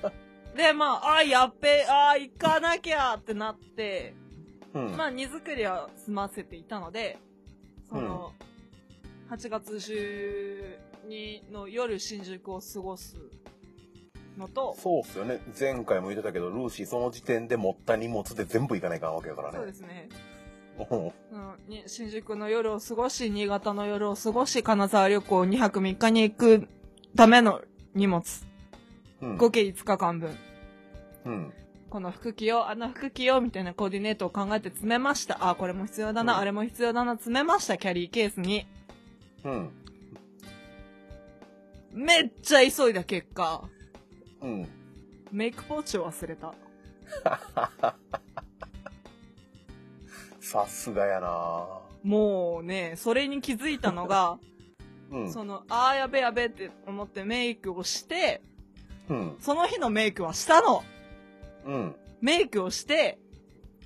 S2: で、まあ、あ、やっべ、あ、行かなきゃってなって、
S1: うん、
S2: まあ、荷造りは済ませていたので、その、8月12の夜、新宿を過ごすのと、
S1: そうっすよね前回も言ってたけどルーシーその時点で持った荷物で全部行かないかんわけだからね
S2: そうですね。
S1: おう
S2: うん、に新宿の夜を過ごし、新潟の夜を過ごし、金沢旅行2泊3日に行くための荷物。
S1: うん
S2: 合計5日間分。
S1: うん
S2: この服着よう、あの服着ようみたいなコーディネートを考えて詰めました。あ、これも必要だ
S1: う
S2: な、
S1: ん
S2: あれも必要だな、詰めました、キャリーケースに。
S1: うん
S2: めっちゃ急いだ結果、
S1: うん
S2: メイクポーチを忘れた。
S1: さすがやな
S2: もうね、それに気づいたのが、
S1: うん
S2: その、あーやべやべって思ってメイクをして、
S1: うん
S2: その日のメイクはしたの
S1: うん
S2: メイクをして、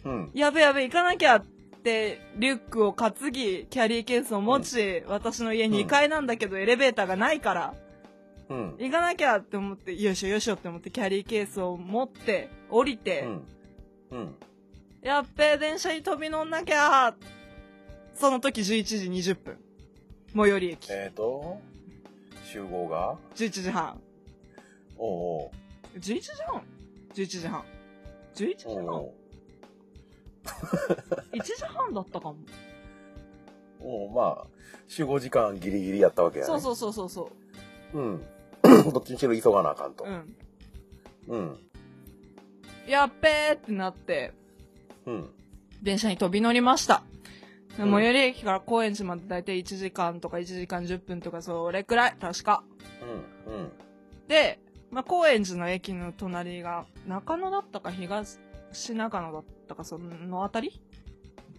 S1: うん。
S2: やべやべ、行かなきゃって、リュックを担ぎ、キャリーケースを持ち、私の家
S1: うん
S2: 2階なんだけど、エレベーターがないから、
S1: うん。
S2: 行かなきゃって思って、よいしょよいしょって思って、キャリーケースを持って、降りて、
S1: うん。うん。
S2: やっべえ、電車に飛び乗んなきゃその時11時20分。最寄り駅。
S1: えっ、ー、と、集合が
S2: 11時半。
S1: おう
S2: 11時半 ?11 時半。11時
S1: おうお
S2: 半
S1: う
S2: ?1 時半だったかも。
S1: おうまあ、集合時間ギリギリやったわけやね。。
S2: そうそうそうそうそう
S1: うん。 どっちにしろ急がなあかんと
S2: う。う。ん。
S1: うん。
S2: やっべえってなって、
S1: うん。
S2: 電車に飛び乗りました。で
S1: うん
S2: 最寄り駅から高円寺までだいたい1時間とか1時間10分とかそれくらい、確か。
S1: うん。うん。
S2: で、まあ、高円寺の駅の隣が中野だったか東中野だったかそのあたり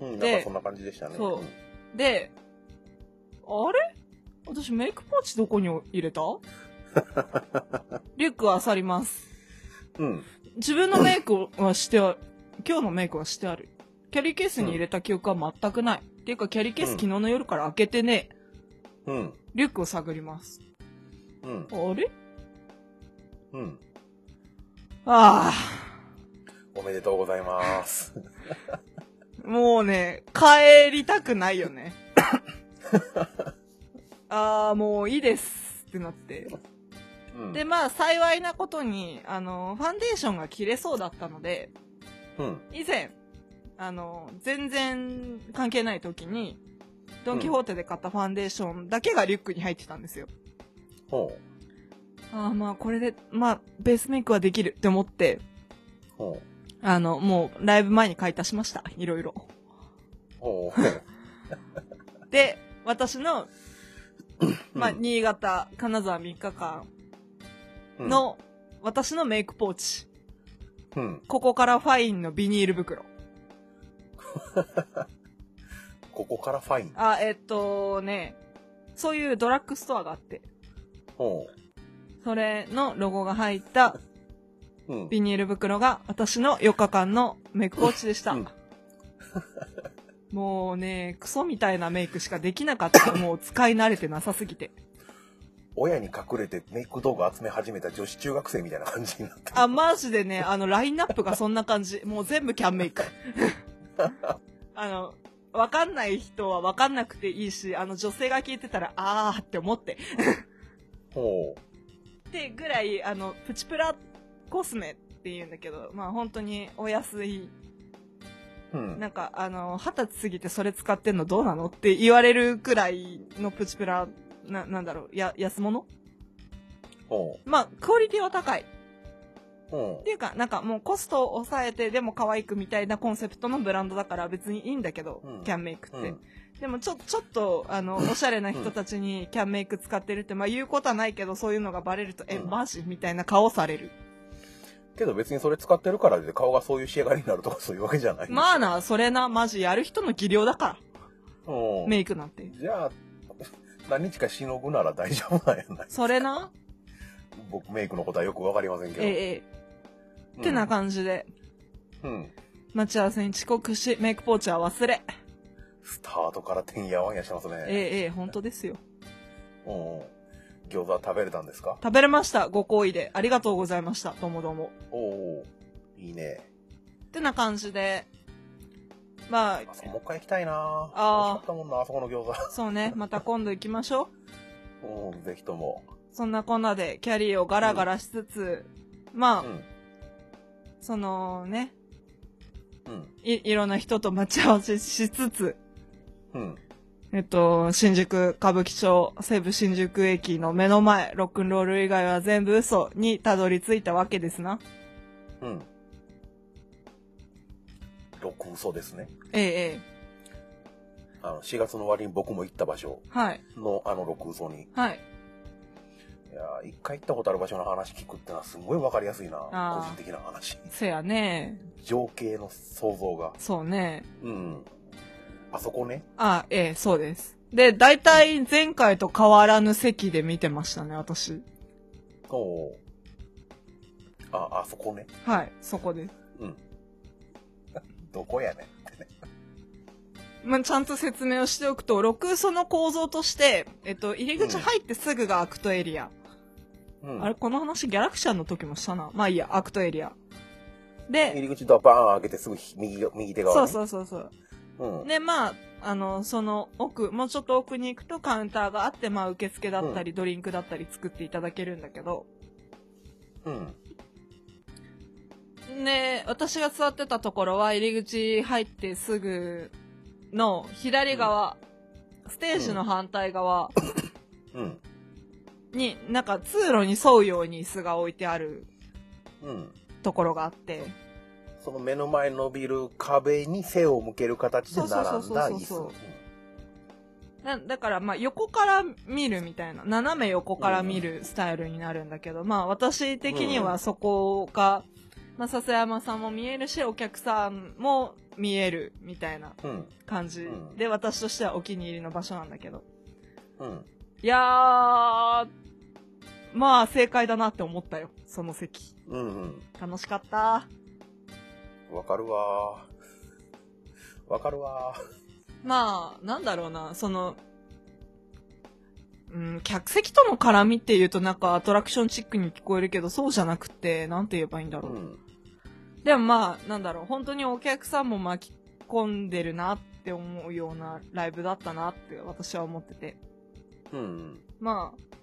S1: うん、
S2: で
S1: なんかそんな感じでしたね。
S2: そうで、あれ私メイクポーチどこに入 れたリュックは漁ります。
S1: うん。
S2: 自分のメイクはしてある。今日のメイクはしてある。キャリーケースに入れた記憶は全くない。っていうかキャリーケース
S1: うん
S2: 昨日の夜から開けてねえ。
S1: うん。
S2: リュックを探ります。
S1: うん。
S2: あれ
S1: うん。
S2: あ
S1: おめでとうございます。
S2: あ、もうね、帰りたくないよね。 ああ、もういいですってなって。
S1: うん。
S2: で、まあ幸いなことに、あの、ファンデーションが切れそうだったので、
S1: うん。
S2: 以前あの全然関係ない時にドン・キホーテで買ったファンデーションだけがリュックに入ってたんですよ、
S1: ほう。
S2: ああまあこれでまあベースメイクはできるって思って
S1: ほ
S2: あのもうライブ前に買い足しましたいろいろ
S1: う。ほう。
S2: で私の、 まあ、
S1: うん
S2: 新潟金沢3日間、の、私のメイクポーチ
S1: うん。うん。
S2: ここからファインのビニール袋
S1: ここからファイン。
S2: あえっとねそういうドラッグストアがあって
S1: ほ
S2: それのロゴが入った
S1: う。うん。
S2: ビニール袋が私の4日間のメイクポーチでした。
S1: うん
S2: もうね、クソみたいなメイクしかできなか った。もう使い慣れてなさすぎて。
S1: 親に隠れてメイク道具集め始めた女子中学生みたいな感じになってる
S2: あ、マジでね、あの、ラインナップがそんな感じ。もう全部キャンメイク。 あの、わかんない人はわかんなくていいし、あの、女性が聞いてたら、あーって思って。
S1: ほ
S2: ってぐらい、あの、プチプラコスメって言うんだけど、まあ本当にお安い
S1: う。うん。
S2: なんか、あの、二十歳過ぎてそれ使ってんのどうなのって言われるくらいのプチプラ、な、なんだろう、や、安物
S1: ほ
S2: まあ、クオリティは高い。っ
S1: う。ほ
S2: ていうか、なんかもうコストを抑えてでも可愛くみたいなコンセプトのブランドだから別にいいんだけど、
S1: うん
S2: キャンメイクっ
S1: う。
S2: て。
S1: うん。
S2: でもちょ、ちょっと、あの、おしゃれな人たちにキャンメイク使ってるって、まあ言うことはないけど、そういうのがバレると、え、
S1: うん
S2: マジみたいな顔される。
S1: けど別にそれ使ってるからで顔がそういう仕上がりになるとかそういうわけじゃない。
S2: まあな、それな、マジやる人の技量だか
S1: ほ
S2: ら、
S1: う
S2: メイクなんて。
S1: じゃあ、 何日かしのぐなら大丈夫なんやない
S2: それな、
S1: 僕メイクのことはよくわかりませんけど。
S2: ええ、ええ、ってな感じで。
S1: うん。うん。
S2: 待ち合わせに遅刻し、メイクポーチは忘れ。
S1: スタートからてんやわんやしてますね。
S2: ええええ、本当ですよ。
S1: うんうん。餃子は食べれたんですか
S2: 食べれました。ご好意で。ありがとうございました。ともども。
S1: おおーいいね。
S2: ってな感じで。ま
S1: あそこもう一回行きたいなあ
S2: あー
S1: 美味しかったもんな、あそこの 餃
S2: あ、そうね。また今度行きましょう。
S1: 子。うん、ぜひとも。
S2: そんなこんなで、キャリーをガラガラしつつ、まあ、
S1: うん。
S2: そのね、
S1: うん。
S2: い、いろんな人と待ち合わせしつつ、
S1: うん。
S2: えっと、新宿、歌舞伎町、西武新宿駅の目の前、ロックンロール以外は全部嘘にたどり着いたわけですな。
S1: うん。六嘘ですね。
S2: ええ、ええ。
S1: あの、4月の終わりに僕も行った場所
S2: はい。
S1: のあの六嘘に。い
S2: はい。
S1: やー一回行ったことある場所の話聞くってのはすごいわかりやすいな
S2: あー
S1: 個人的な話。
S2: せやね。
S1: 情景の想像が。
S2: そうね。
S1: うん。あそこね。
S2: あ、ええ、そうです。で、大体前回と変わらぬ席で見てましたね、私。
S1: おおー。あ、あそこね。
S2: はい、そこです。
S1: うん。どこやねん。
S2: まあ、ちゃんと説明をしておくと、6、その構造として、えっと、入り口入ってすぐがアクトエリア。
S1: うん、
S2: あれ、この話ギャラクシャンの時もしたな。まあいいや、アクトエリア。で、
S1: 入り口ドアバーン開けてすぐ右が右手側、
S2: そう
S1: ね。う
S2: そうそうそう。
S1: そう。うん。
S2: で、まあ、あの、その奥、もうちょっと奥に行くとカウンターがあって、まあ、受付だったり、ドリンクだったり作っていただけるんだけど、
S1: うん。
S2: で、私が座ってたところは入り口入ってすぐの左側、ステージの反対側
S1: うん。
S2: に、なんか通路に沿うように椅子が置いてある
S1: うん。
S2: ところがあって、
S1: その目の前に伸びる壁に背を向ける形で並んだ
S2: そうそうそう
S1: 椅
S2: そうそう
S1: 子。
S2: なだからまあ横から見るみたいな、斜め横から見るスタイルになるんだけど、まあ私的にはそこが、まあ笹山さんも見えるし、お客さんも見えるみたいな
S1: うん。
S2: 感じ
S1: うん
S2: で、私としてはお気に入りの場所なんだけど。
S1: うん。
S2: いやー、まあ正解だなって思ったよ、その席。
S1: うん。うん。
S2: 楽しかった。
S1: うん。わかるわー。わかるわ
S2: まあ、なんだろうな、その、うん、客席との絡みっていうとなんかアトラクションチックに聞こえるけど、そうじゃなくて、なんて言えばいいんだ
S1: ー。
S2: ろ
S1: う
S2: う。
S1: ん。
S2: でもまあ、なんだろう、本当にお客さんも巻き込んでるなって思うようなライブだったなって私は思ってて。
S1: うん。
S2: まあ、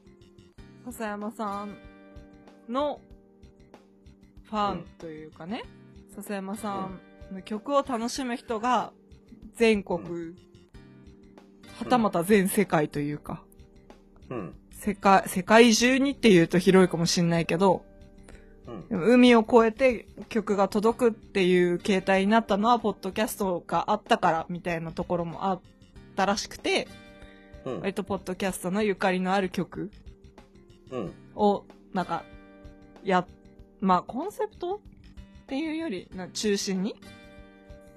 S2: 笹山さんのファンというかね、笹山さんの曲を楽しむ人が全国、
S1: う
S2: はたまた全世界というか、
S1: うん。
S2: 世界、世界中にっていうと広いかもしんないけど、
S1: うん
S2: で。も海を越えて曲が届くっていう形態になったのは、ポッドキャストがあったからみたいなところもあったらしくて、
S1: うん。
S2: 割とポッドキャストのゆかりのある曲
S1: うん。
S2: を、なんか、や、まあ、コンセプトっていうより、な中心に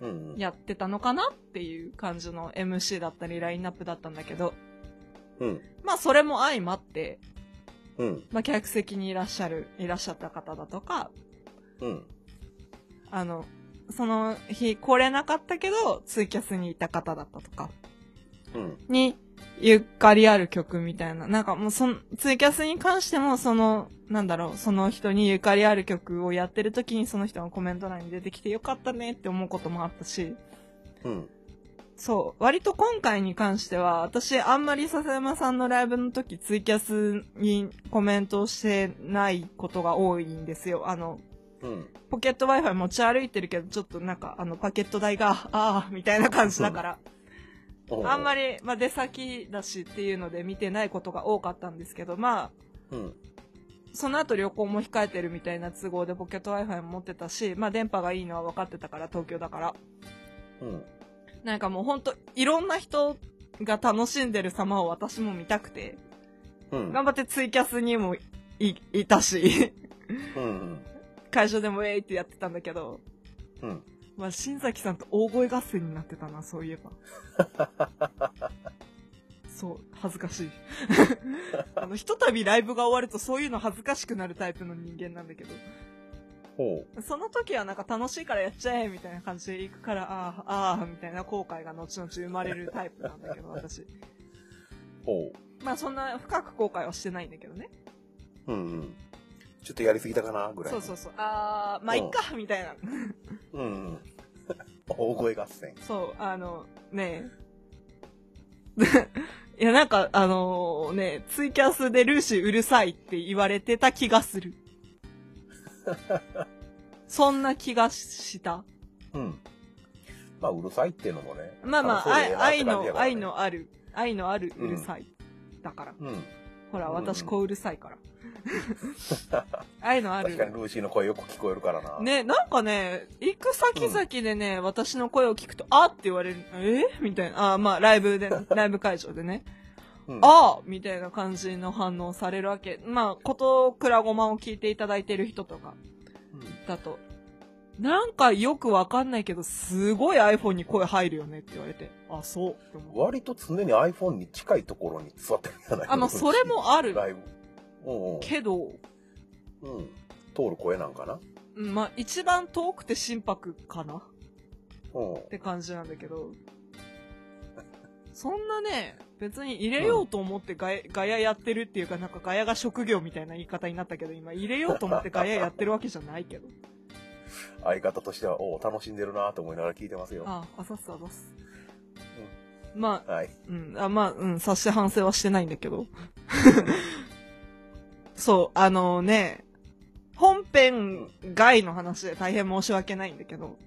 S1: うん。
S2: やってたのかなっていう感じの MC だったり、ラインナップだったんだけど、
S1: うん。
S2: まあ、それも相まって、
S1: うん。
S2: まあ、客席にいらっしゃる、いらっしゃった方だとか、
S1: うん。
S2: あの、その日来れなかったけど、ツイキャスにいた方だったとか、
S1: うん。
S2: に、ゆかりある曲みたいな。なんかもうその、ツイキャスに関しても、その、なんだろう、その人にゆかりある曲をやってる時に、その人がコメント欄に出てきてよかったねって思うこともあったし、
S1: うん。
S2: そう、割と今回に関しては、私あんまり笹山さんのライブの時、ツイキャスにコメントをしてないことが多いんですよ。あの、
S1: うん。
S2: ポケット Wi-Fi 持ち歩いてるけど、ちょっとなんか、あの、パケット代が、ああ、みたいな感じだから、あんま
S1: り。
S2: り、まあ、出先だしっていうので見てないことが多かったんですけど、まあ、
S1: うん。
S2: その後旅行も控えてるみたいな都合でポケット Wi-Fi も持ってたし、まあ、電波がいいのは分かってたから、東京だから。
S1: うん。
S2: なんかもうほんと、いろんな人が楽しんでる様を私も見たくて、
S1: うん。
S2: 頑張ってツイキャスにもい、いたし、
S1: うん。
S2: 会場でもえいってやってたんだけど、
S1: うん。
S2: まあ、新崎さんと大声合戦になってたな、そういえば。 そう、恥ずかしい。 あの、ひとたびライブが終わるとそういうの恥ずかしくなるタイプの人間なんだけど、
S1: ほう。
S2: その時はなんか楽しいからやっちゃえみたいな感じで行くから、ああ、ああ、みたいな後悔が後々生まれるタイプなんだけど、私。
S1: ほ
S2: まあそんな深く後悔はしてないんだけどね。
S1: う。うん。うん。ちょっとやりすぎたかなぐらい。
S2: そうそうそう。ああ、まあいっか、みたいな。
S1: う。うんうん。大声合戦。
S2: そう、あの、ね え。いや、なんか、あのね、ツイキャスでルーシーうるさいって言われてた気が する。そんな気がした。
S1: うん。まあ、うるさいっていうのもね。
S2: まあまあ、
S1: 楽しそうでええ
S2: 愛
S1: なって感じや
S2: 愛の、
S1: からね
S2: 愛。のある、愛のあるうるさい。だから。
S1: うん。
S2: ほら、
S1: うん
S2: 私、こううるさいから。 愛のあ
S1: 確かに
S2: る。
S1: ルーシーの声よく聞こえるからな。。
S2: ね、なんかね、行く先々でね、私の声を聞くと、あって言われる。えみたいな。あまあ、ライ ブで、ライブ会場でね。
S1: うん。
S2: ああみたいな感じの反応されるわけ。まあ、ことくらごまを聞いていただいてる人とかだと。なんかよくわかんないけど、すごい iPhone に声入るよねって言われて。あ、そうって思う。
S1: 割と常に iPhone に近いところに座ってるじゃない
S2: あまあそれもある
S1: ライブ。うん
S2: けど、
S1: うん。うん。通る声なんかな。
S2: うんまあ、一番遠くて心拍かな。
S1: ううん
S2: って感じなんだけど。そんなね、別に入れようと思ってガヤ,、ガヤやってるっていうか、なんかガヤが職業みたいな言い方になったけど、今入れようと思ってガヤやってるわけじゃないけど。
S1: 相方としては、おお、楽しんでるなと思いながら聞いてますよ。
S2: ああ、ざっすあざっす。まあ、
S1: はい。
S2: うん、あまあ、うん、察して反省はしてないんだけ ど。そう、あのね、本編外の話で大変申し訳ないんだけど、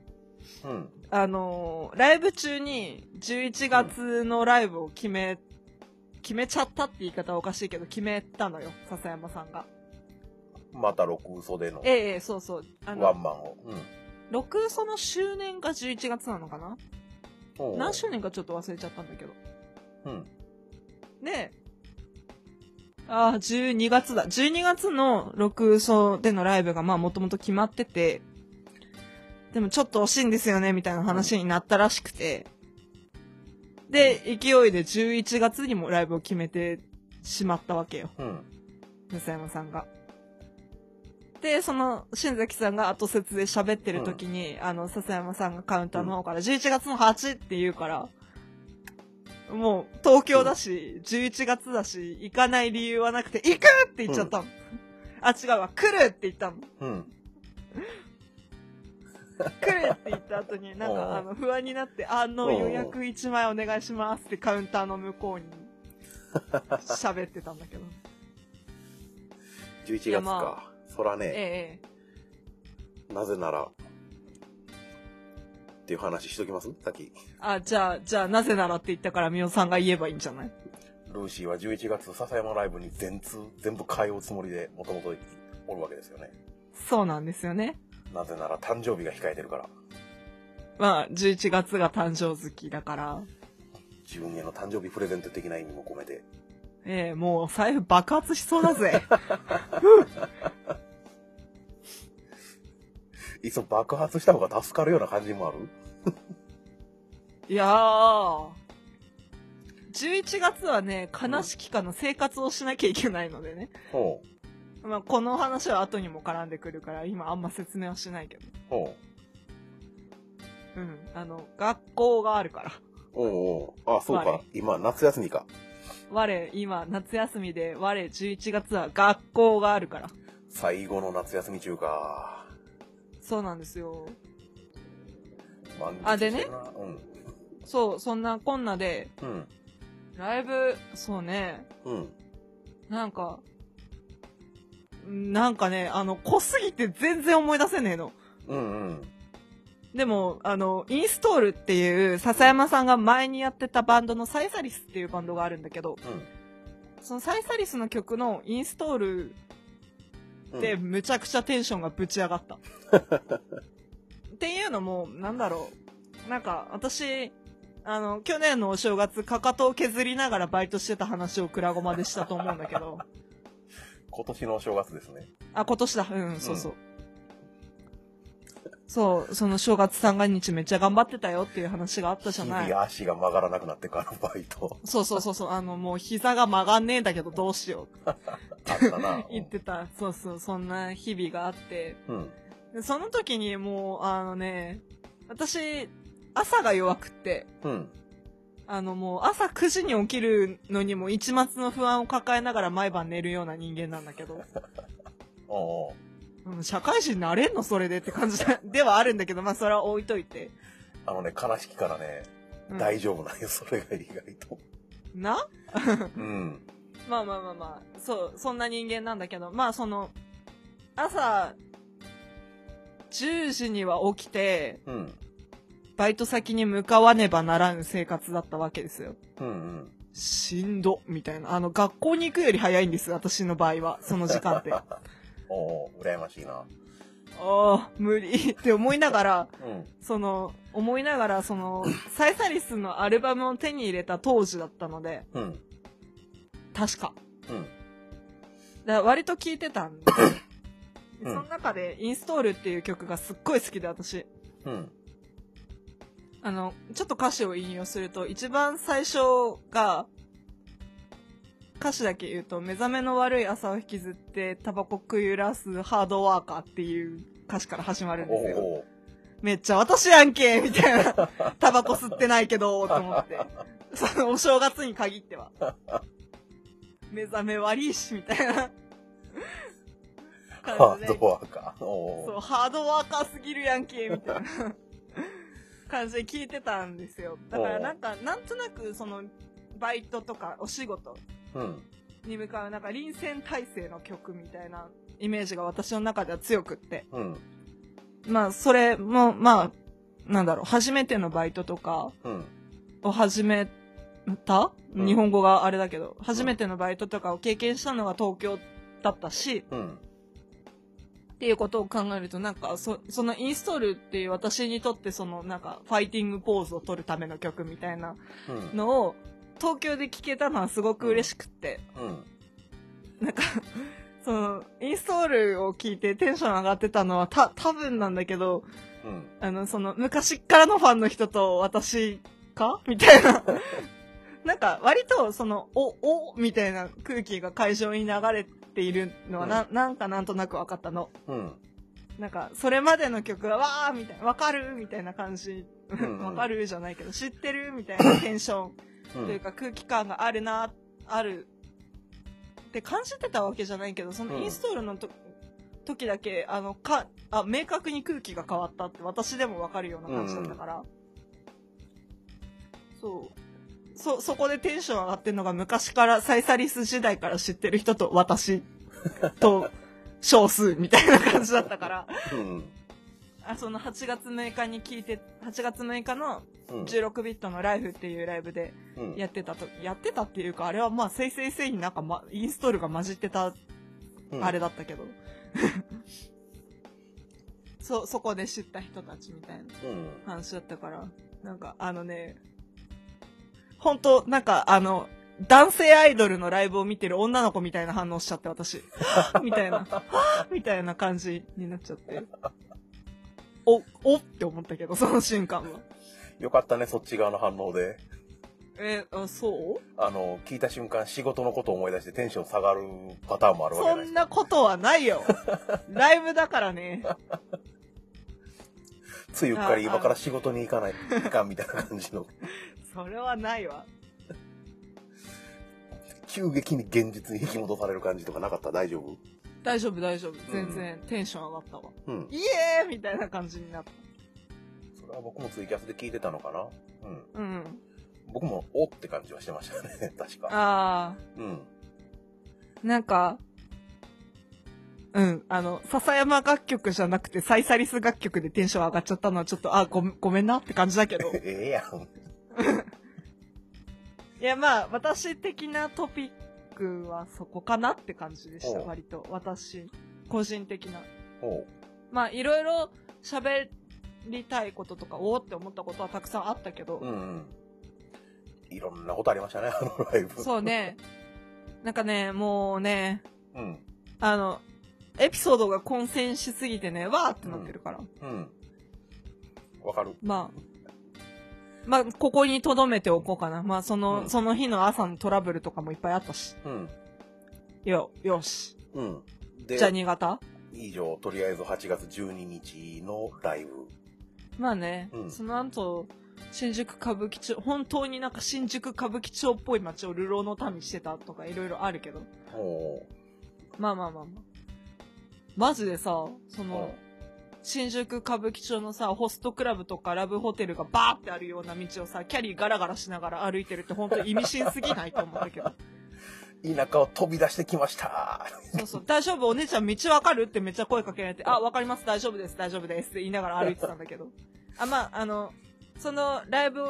S1: うん。
S2: あのーライブ中に11月のライブを決め、決めちゃったって言い方はおかしいけど、決めたのよ、笹山さんが。
S1: また六嘘での
S2: ええええ、そうそう。あ
S1: ワン
S2: の、
S1: マンを。うん
S2: 六その周年が11月なのかな
S1: おう。
S2: 何周年かちょっと忘れちゃったんだけど。
S1: うん。
S2: で、ああ、12月だ。12月の6嘘でのライブがまあもともと決まってて、でもちょっと惜しいんですよね、みたいな話になったらしくて。で、勢いで11月にもライブを決めてしまったわけよ、
S1: うん。
S2: 西山さんが。で、その、新崎さんが後説で喋ってる時に、あの、笹山さんがカウンターの方から、11月の8って言うから、もう、東京だし、11月だし、行かない理由はなくて、行くって言っちゃったの。あ、違うわ、来るって言ったの。
S1: うん。
S2: 来るって言った後に、なん
S1: おう
S2: か、あの、不安になって、あの、
S1: おうおう
S2: 予約1枚お願いしますってカウンターの向 こうに、喋ってたんだけど。
S1: 11月
S2: いや
S1: か。
S2: ま
S1: そらね、
S2: ええ、
S1: なぜなら、っていう話しときますさっき。
S2: あ、じゃあ、じゃあ、なぜならって言ったから、みおさんが言えばいいんじゃない
S1: ルーシーは11月、笹山ライブに全通、全部通うつもりで、もともとおるわけですよね。
S2: そうなんですよね。
S1: なぜなら誕生日が控えてるから。
S2: まあ、11月が誕生月だから、
S1: 自分への誕生日プレゼント的な意味も込めて。
S2: ええもう財布爆発しそうだぜ。
S1: いっそ爆発した方が助かるような感じもある
S2: いやー。11月はね、悲しきかの生活をしなきゃいけないのでね。
S1: ほ
S2: まあ、この話は後にも絡んでくるから、今あんま説明はしないけど。
S1: う。ほ
S2: うん。あの、学校があるから。
S1: う。おうおう。あ、そうか
S2: 我。
S1: 今、夏休みか。
S2: 我、今、夏休みで、我、11月は学校があるから。
S1: 最後の夏休み中か。
S2: そうなんですよ。
S1: 満喫
S2: あでね
S1: してるな
S2: そう、そんなこんなで、
S1: うん。
S2: ライブ、そうね、
S1: うん。うん。
S2: なんか、なんかね、あの、濃すぎて全然思い出せねえの。
S1: うんうん。
S2: でも、あの、インストールっていう、笹山さんが前にやってたバンドのサイサリスっていうバンドがあるんだけど、そのサイサリスの曲のインストール
S1: うん。
S2: で、むちゃくちゃテンションがぶち上がった。っていうのも、なんだろう。なんか、私、あの、去年のお正月、かかとを削りながらバイトしてた話をくらごまでしたと思うんだけど、
S1: 今年のお正月ですね。
S2: あ、今年だ。うん、そうそう。そう、その正月三が日めっちゃ頑張ってたよっていう話があったじゃ
S1: 日
S2: ない。
S1: 々足が曲がらなくなってからのバイ ト。
S2: そうそうそうそう、あの、もう膝が曲がんねえんだけどどうしよう。。
S1: あったな
S2: 言ってた。そうそう、そんな日々があって。
S1: うん。
S2: でその時にもう、あのね、私、朝が弱くって、
S1: うん。
S2: あのもう朝9時に起きるのにも一末の不安を抱えながら毎晩寝るような人間なんだけど、
S1: おうおう
S2: うん、社会人なれんのそれでって感じだではあるんだけど、まあそれは置いといて。
S1: あのね、悲しきからね、
S2: うん
S1: 大丈夫なんよ、それが意外と。
S2: な
S1: うん。
S2: まあまあまあまあ、そう、そんな人間なんだけど、まあその、朝、10時には起きて、
S1: うん。
S2: バイト先に向かわねばならぬ生活だったわけですよ。
S1: うんうん。
S2: しんど、みたいな。あの、学校に行くより早いんです、私の場合は、その時間 って。あ
S1: おうおう、羨ましいな。
S2: あ、無理って思いながら、
S1: うん。
S2: その、思いながら、その、サイサリスのアルバムを手に入れた当時だったので、
S1: うん。
S2: 確か。
S1: うん。
S2: だから割と聴いてたんですよで
S1: うん
S2: その中で、インストールっていう曲がすっごい好きで、私。
S1: うん。
S2: あの、ちょっと歌詞を引用すると、一番最初が、歌詞だけ言うと、目覚めの悪い朝を引きずって、タバコくゆらすハードワーカーっていう歌詞から始まるんです
S1: おう
S2: よ。めっちゃ私やんけみたいな。 タバコ吸ってないけど、と思って。 そのお正月に限っ ては。目覚め悪いし、みたい な。
S1: ハ
S2: 感じ
S1: ー
S2: で。
S1: ドワーカー。
S2: そ
S1: お
S2: う、ハードワーカーすぎるやんけ、みたいな 感じで聞いてたんですよ。だからなんか、なんとなく、その、バイトとかお仕事
S1: ーうん。
S2: に向かう、なんか臨戦態勢の曲みたいなイメージが私の中では強くって。
S1: うん。
S2: まあ、それも、まあ、なんだろう、初めてのバイトとか
S1: うん。
S2: を始めた、
S1: うん
S2: 日本語があれだけど、初めてのバイトとかを経験したのが東京だったし、
S1: うん。
S2: っていうことを考えると、なんか、そ、そのインストールっていう私にとってその、なんか、ファイティングポーズを取るための曲みたいな
S1: うん。
S2: のを、東京で聴けたのはすごく嬉しくって、
S1: うん。
S2: なんか、その、インストールを聞いてテンション上がってたのは、た、多分なんだけど、
S1: うん。
S2: あの、その、昔っからのファンの人と私かみたいな。 なんか、割と、その、お、お、みたいな空気が会場に流れているのはな、なんかなんとなく分かったの。
S1: うん。
S2: なんか、それまでの曲は、わーみたいな、わかるみたいな感じ。
S1: うんうん
S2: わかるじゃないけど、知ってるみたいなテンション
S1: う。
S2: というんか空気感があるな、ある。って感じてたわけじゃないけど、その
S1: うん
S2: インストールのと、時だけ、あの、か、あ、明確に空気が変わったって私でもわかるような感じだったから。そう。そ、そこでテンション上がってるのが昔から、サイサリス時代から知ってる人と私 と少数みたいな感じだったから。
S1: うん。
S2: あその8月6日に聞いて8月6日の
S1: うん。
S2: 16ビットのライフっていうライブで
S1: うん。
S2: やってたと、やってたっていうかあれはまあせいせいせいになんか、ま、インストールが混じってた
S1: うん
S2: あれだったけど、 そそこで知った人たちみたいな
S1: うん。
S2: 話だったからなんかあのね本当なんかあの男性アイドルのライブを見てる女の子みたいな反応しちゃって私 みたいな みたいな感じになっちゃって。お、おって思ったけど、その瞬間は。
S1: よかったね、そっち側の反応で。
S2: え、あそう
S1: あの、聞いた瞬間、仕事のことを思い出してテンション下がるパターンもあるわけ
S2: そ
S1: ない
S2: んなことはな いよ。ライブだからね。
S1: ついうっかり
S2: ああ
S1: 今から仕事に行かない、いかんみたいな感じの、
S2: それはないわ。
S1: 急激に現実に引き戻される感じとかなかった大丈夫
S2: 大丈夫、大丈夫。全然テンション上がったわ。
S1: うん。
S2: イエーイみたいな感じになっ
S1: それは僕もツイキャスで聞いてたのかなうん。
S2: た。うん。
S1: 僕も、おって感じはしてました ね、確か。
S2: あ
S1: うん。
S2: ー、なんか、うん、あの、笹山楽曲じゃなくて、サイサリス楽曲でテンション上がっちゃったのはちょっと、あー、ごめんごめんなって感じだけ ど。
S1: ええやん。
S2: いや、まあ、私的なトピックはそこかなって感じでした、
S1: おう
S2: 割と。私、個人的な。
S1: おう。
S2: まあ、いろいろ喋りたいこととか、おおって思ったことはたくさんあったけど、
S1: うんうん。いろんなことありましたね、あのライブ。
S2: そうね、なんかね、もうね、
S1: うん。
S2: あの、エピソードが混戦しすぎてね、わーってなってるから。
S1: うん。わかる。
S2: まあ、まあ、ここに留めておこうかな。まあ、その、
S1: うん
S2: その日の朝のトラブルとかもいっぱいあったし。
S1: うん。
S2: よ、よし。
S1: うん。で
S2: じゃあ、新潟
S1: 以上、とりあえず8月12日のライブ。
S2: まあね、
S1: うん
S2: その後、新宿歌舞伎町、本当になんか新宿歌舞伎町っぽい街を流浪の民してたとかいろいろあるけど。
S1: おう。
S2: まあまあまあまあ。マジでさ、そ
S1: お
S2: の、新宿歌舞伎町のさ、ホストクラブとかラブホテルがバーってあるような道をさ、キャリーガラガラしながら歩いてるって本当意味深すぎないと思ったけど。
S1: 田舎を飛び出してきました。
S2: そうそう、大丈夫お姉ちゃん道わかるってめっちゃ声かけられて、あ、わかります、大丈夫です、大丈夫ですって言いながら歩いてたんだけど。あ、まあ、あの、そのライブ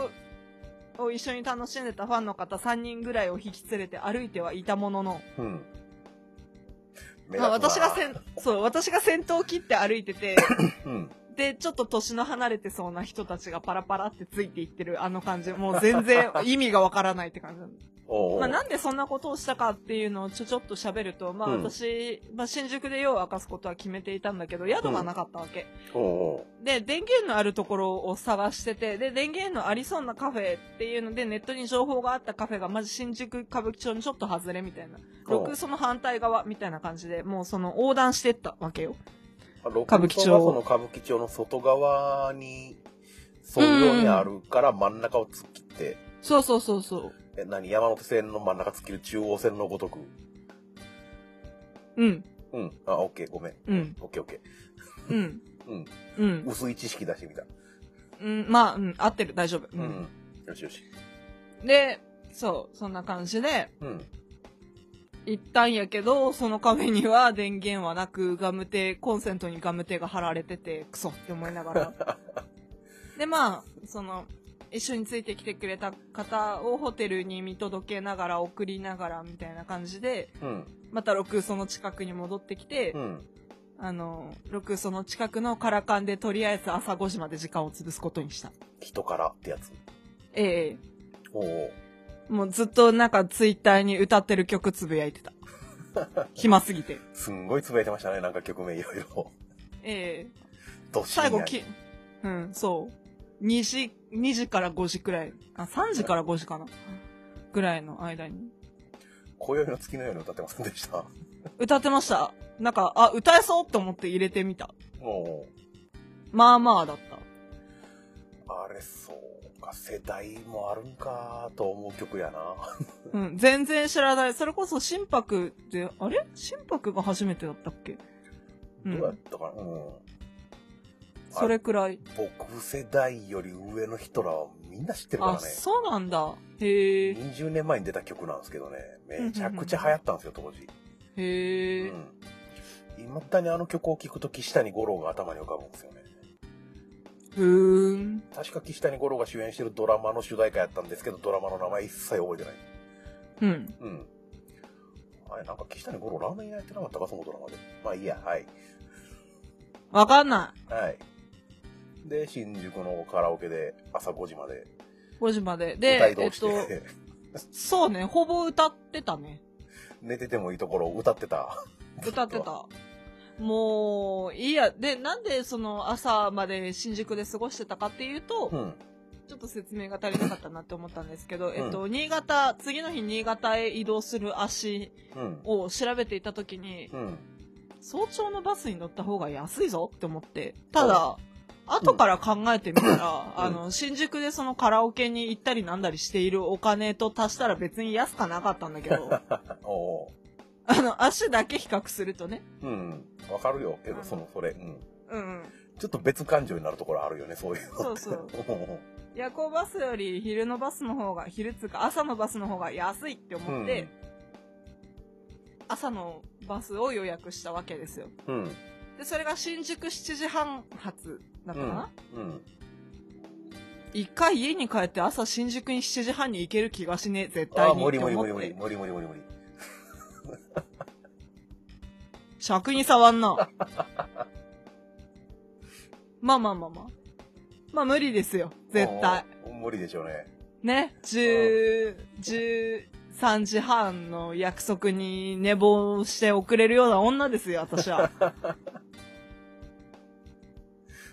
S2: を一緒に楽しんでたファンの方3人ぐらいを引き連れて歩いてはいたものの、
S1: うん。
S2: まあ、私が
S1: せ
S2: 先、そう、私が先頭を切って歩いてて、
S1: うん。
S2: で、ちょっと年の離れてそうな人たちがパラパラってついていってるあの感じ、もう 全然意味がわからないって感じなんだ
S1: おうおう
S2: まあ、なんでそんなことをしたかっていうのをちょちょっと喋ると、まあ
S1: うん
S2: 私、まあ、新宿で夜を明かすことは決めていたんだけど、宿がなかったわけ。
S1: おうおう
S2: で、電源のあるところを探してて、で、電源のありそうなカフェっていうので、ネットに情報があったカフェが、まず新宿歌舞伎町にちょっと外れみたいな。
S1: おう
S2: 6、その反対側みたいな感じで、もうその横断してったわけよ。
S1: まあ六
S2: 歌
S1: 本
S2: 舞伎
S1: 木
S2: 町
S1: 町はその歌舞伎町の外側に沿うようにあるから真ん中を突っ切って、
S2: そうそうそうそう。
S1: え何山手線の真ん中突っ切る中央線のごとく。
S2: うん、
S1: うん。あ、オッケー、ごめん。
S2: うん、
S1: オッケーオッケ
S2: うん、
S1: ー。うん。
S2: うん、
S1: 薄い知識出してみた。
S2: うん、まあ、うん、合ってる、大丈夫。
S1: う
S2: うんん。。
S1: よしよし。
S2: で、そう、そんな感じで、
S1: うん。
S2: 行ったんやけど、そのカフェには電源はなく、ガムテ、コンセントにガムテが貼られてて、クソって思いな がら。で、まあ、その、一緒についてきてくれた方をホテルに見届けながら、送りながら、みたいな感じで、
S1: うん。
S2: またロクーソの近くに戻ってきて、
S1: うん。
S2: あの、ロクーソの近くのカラカンで、とりあえず朝5時まで時間を潰すことにした。
S1: 人からってやつ。
S2: ええ
S1: おお。
S2: もうずっとなんかツイッターに歌ってる曲つぶやいてた。暇すぎて。
S1: すんごいつぶやいてましたね。なんか曲名いろいろ。
S2: ええ
S1: どっしり
S2: 最後
S1: や
S2: き、うん、そう。2時、2時から5時くらい。あ、3時から5時かな。ぐらいの間に。
S1: 今宵の月のように歌ってませんでした。
S2: 歌ってました。なんか、あ、歌えそうと思って入れてみた。
S1: おお。
S2: まあまあだった。
S1: あれ、そうか。世代もあるんかと思う曲やな。
S2: うん、全然知らない。それこそ心拍で、あれ心拍が初めてだったっけう
S1: どうやっ
S2: ん。
S1: たかな。うん。
S2: それくらい。
S1: 僕世代より上の人らはみんな知ってるから
S2: あ、
S1: ね。
S2: そうなんだ。へえ。
S1: 20年前に出た曲なんですけどね、めちゃくちゃ流行ったんですよ、当時。
S2: へえ。
S1: いまだにあの曲を聴くと岸谷五郎が頭に浮かぶんですよね。
S2: ふーん。
S1: 確か岸谷五郎が主演してるドラマの主題歌やったんですけど、ドラマの名前一切覚えてない。
S2: うん。
S1: うん。あれ、なんか岸谷五郎ラーメン屋やってなかったか、そのドラマで。まあいいや、はい。
S2: わかんな
S1: はい。で、新宿のカラオケで朝5時まで
S2: い。5時まで。
S1: 歌い
S2: で、え
S1: 通
S2: っ
S1: して、
S2: と、そうね、ほぼ歌ってたね。
S1: 寝ててもいいところを歌ってた。
S2: 歌ってた。もう、いいや。で、なんでその朝まで新宿で過ごしてたかって いうと、
S1: うん。
S2: ちょっと説明が足りなかったなって思ったんですけど、えっと、新潟、次の日新潟へ移動する足
S1: うん。
S2: を調べていた時に
S1: う、ん。
S2: 早朝のバスに乗った方が安いぞって思って。ただ、後から考えてみたら、
S1: うん
S2: あの、新宿でそのカラオケに行ったりなんだりしているお金と足したら別に安かなかったんだけど、
S1: おー
S2: あの、足だけ比較するとね。
S1: うん。わかるよ。け
S2: あ
S1: ど、
S2: の
S1: その、それ。うん。
S2: うんうん。
S1: ちょっと別感情になるところあるよね、そういうの。
S2: そうそう
S1: ん
S2: 夜行バスより昼のバスの方が、昼っつうか朝のバスの方が安いって思って、朝のバスを予約したわけですよ。
S1: うん。
S2: で、それが新宿7時半発だったかな、
S1: うん。
S2: 一回家に帰って朝新宿に7時半に行ける気がしねえ絶
S1: あ
S2: 対
S1: あ、
S2: に
S1: 無
S2: っ
S1: 理
S2: て
S1: 無理
S2: 思
S1: 無理
S2: っ
S1: 無理
S2: て
S1: 無理無理無理無理。
S2: 尺に触んな まあまあまあまあまあ無理ですよ絶対
S1: うん。無理でしょうね。
S2: ね10 13時半の約束に寝坊して遅れるような女ですよ私は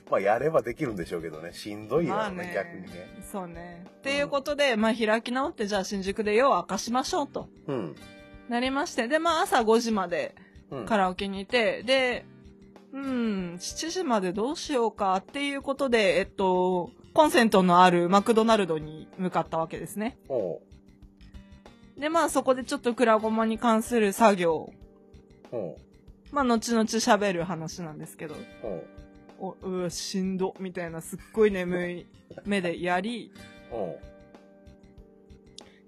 S1: まあ、やればできるんでしょうけどね。しんどいよ
S2: まあ
S1: ね
S2: ね、
S1: 逆にね。
S2: そうねっていうことで、まあ開き直ってじゃあ新宿で夜を明かしましょうと
S1: うん。
S2: なりましてでまあ朝5時まで
S1: うん。
S2: カラオケにいて、で、うん、7時までどうしようかっていうことで、えっと、コンセントのあるマクドナルドに向かったわけですね。
S1: おう
S2: で、まあそこでちょっとクラゴマに関する作業、
S1: おう
S2: まあ後々喋る話なんですけど、
S1: おう
S2: おうわ、しんど、みたいなすっごい眠い目でやり、
S1: おう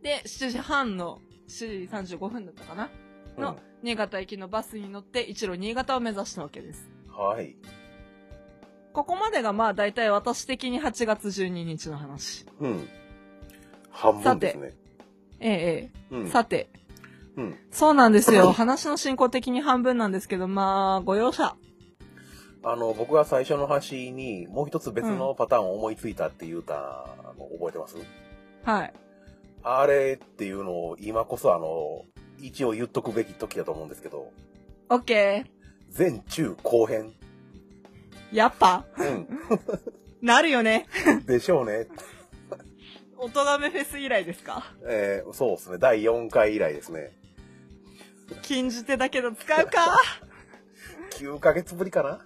S2: で、7時半の、7時35分だったかな
S1: うん
S2: の、新潟行きのバスに乗って一路新潟を目指したわけです。
S1: はい。
S2: ここまでがまあ大体私的に8月12日の話。
S1: うん。半分ですね。
S2: ええ、
S1: う
S2: ええ。
S1: ん。
S2: さて。
S1: うん。
S2: そうなんですよ。話の進行的に半分なんですけど、まあ、ご容赦。
S1: あの、僕が最初の話に、もう一つ別のパターンを思いついたって言うたの覚えてます
S2: はい。
S1: あれっていうのを今こそあの、一応言っとくべき時だと思うんですけど、
S2: オッケ
S1: 前中後編。
S2: ー。やっぱ、
S1: う
S2: なるよね。
S1: ん。でしょうね。
S2: おとがめフェス以来ですか
S1: えーそうですね。第4回以来ですね。
S2: 禁じ手だけど使うか
S1: 禁9ヶ月ぶりかな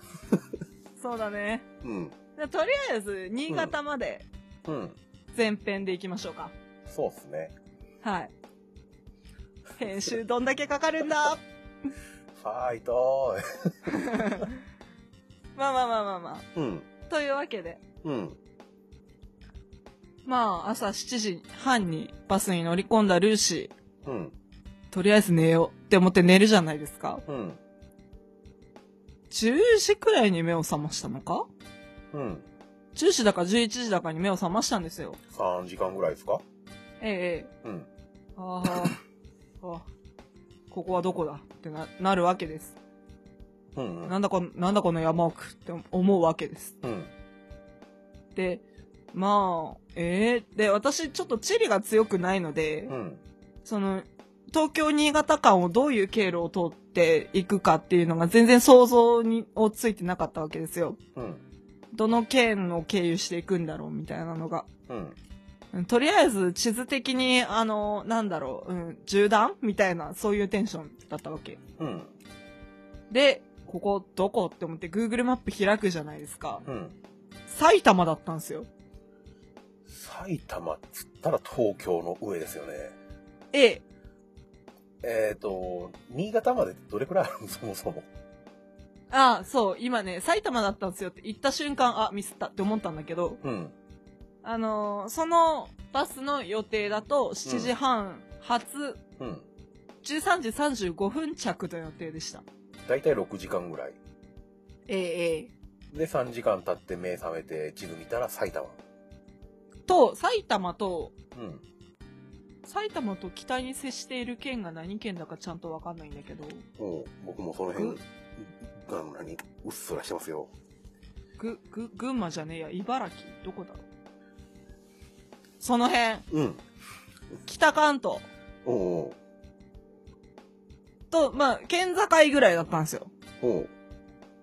S2: そうだね。
S1: うん。
S2: じゃあとりあえず、新潟まで
S1: うん。
S2: 前編で行きましょうか。
S1: そうっすね。
S2: はい。編集どんだけかかるんだ
S1: はーいとーい。
S2: まあまあまあまあま
S1: うん。
S2: あ。というわけで、
S1: うん。
S2: まあ朝7時半にバスに乗り込んだルーシー、
S1: うん。
S2: とりあえず寝ようって思って寝るじゃないですか。
S1: うん。
S2: 10時くらいに目を覚ましたのか
S1: うん。
S2: 10時だか11時だかに目を覚ましたんですよ。
S1: 3時間ぐらいですか
S2: ええええ。
S1: うん。
S2: あーあ、ここはどこだってななるわけです。
S1: うんうん。
S2: なんだこの、なんだこの山奥って思うわけです。
S1: うん。
S2: で、まあ、ええで、私ちょっと地理が強くないので、
S1: うん。
S2: その、東京新潟間をどういう経路を通っていくかっていうのが全然想像に、をついてなかったわけですよ。
S1: うん。
S2: どの県を経由していくんだろうみたいなのが。
S1: うん。
S2: うんとりあえず地図的に、あの、なんだろう、うん、縦断みたいな、そういうテンションだったわけ。
S1: うん。
S2: で、ここどこって思って Google マップ開くじゃないですか。
S1: うん。
S2: 埼玉だったんですよ。
S1: 埼玉っつったら東京の上ですよね。
S2: ええ、
S1: えっ、ー、と、新潟までどれくらいあるの そもそも。
S2: ああ、そう、今ね、埼玉だったんですよって言った瞬間、あ、ミスったって思ったんだけど、
S1: うん。
S2: あのーそのバスの予定だと、7時半発、
S1: うん。
S2: 13時35分着の予定でした。
S1: だいたい6時間ぐらい。
S2: ええ、え
S1: で、3時間経って目覚めて地図見たら埼玉。
S2: え。と、埼玉と、
S1: うん。
S2: 埼玉と北に接している県が何県だかちゃんとわかんないんだけど、
S1: おう僕もその辺、
S2: うん
S1: あの何、うっすらしてますよ。
S2: ぐ、ぐ、群馬じゃねえや、茨城どこだろうその辺、
S1: うん。
S2: 北関東
S1: おうおう
S2: と、まあ、県境ぐらいだったんですよ。
S1: おう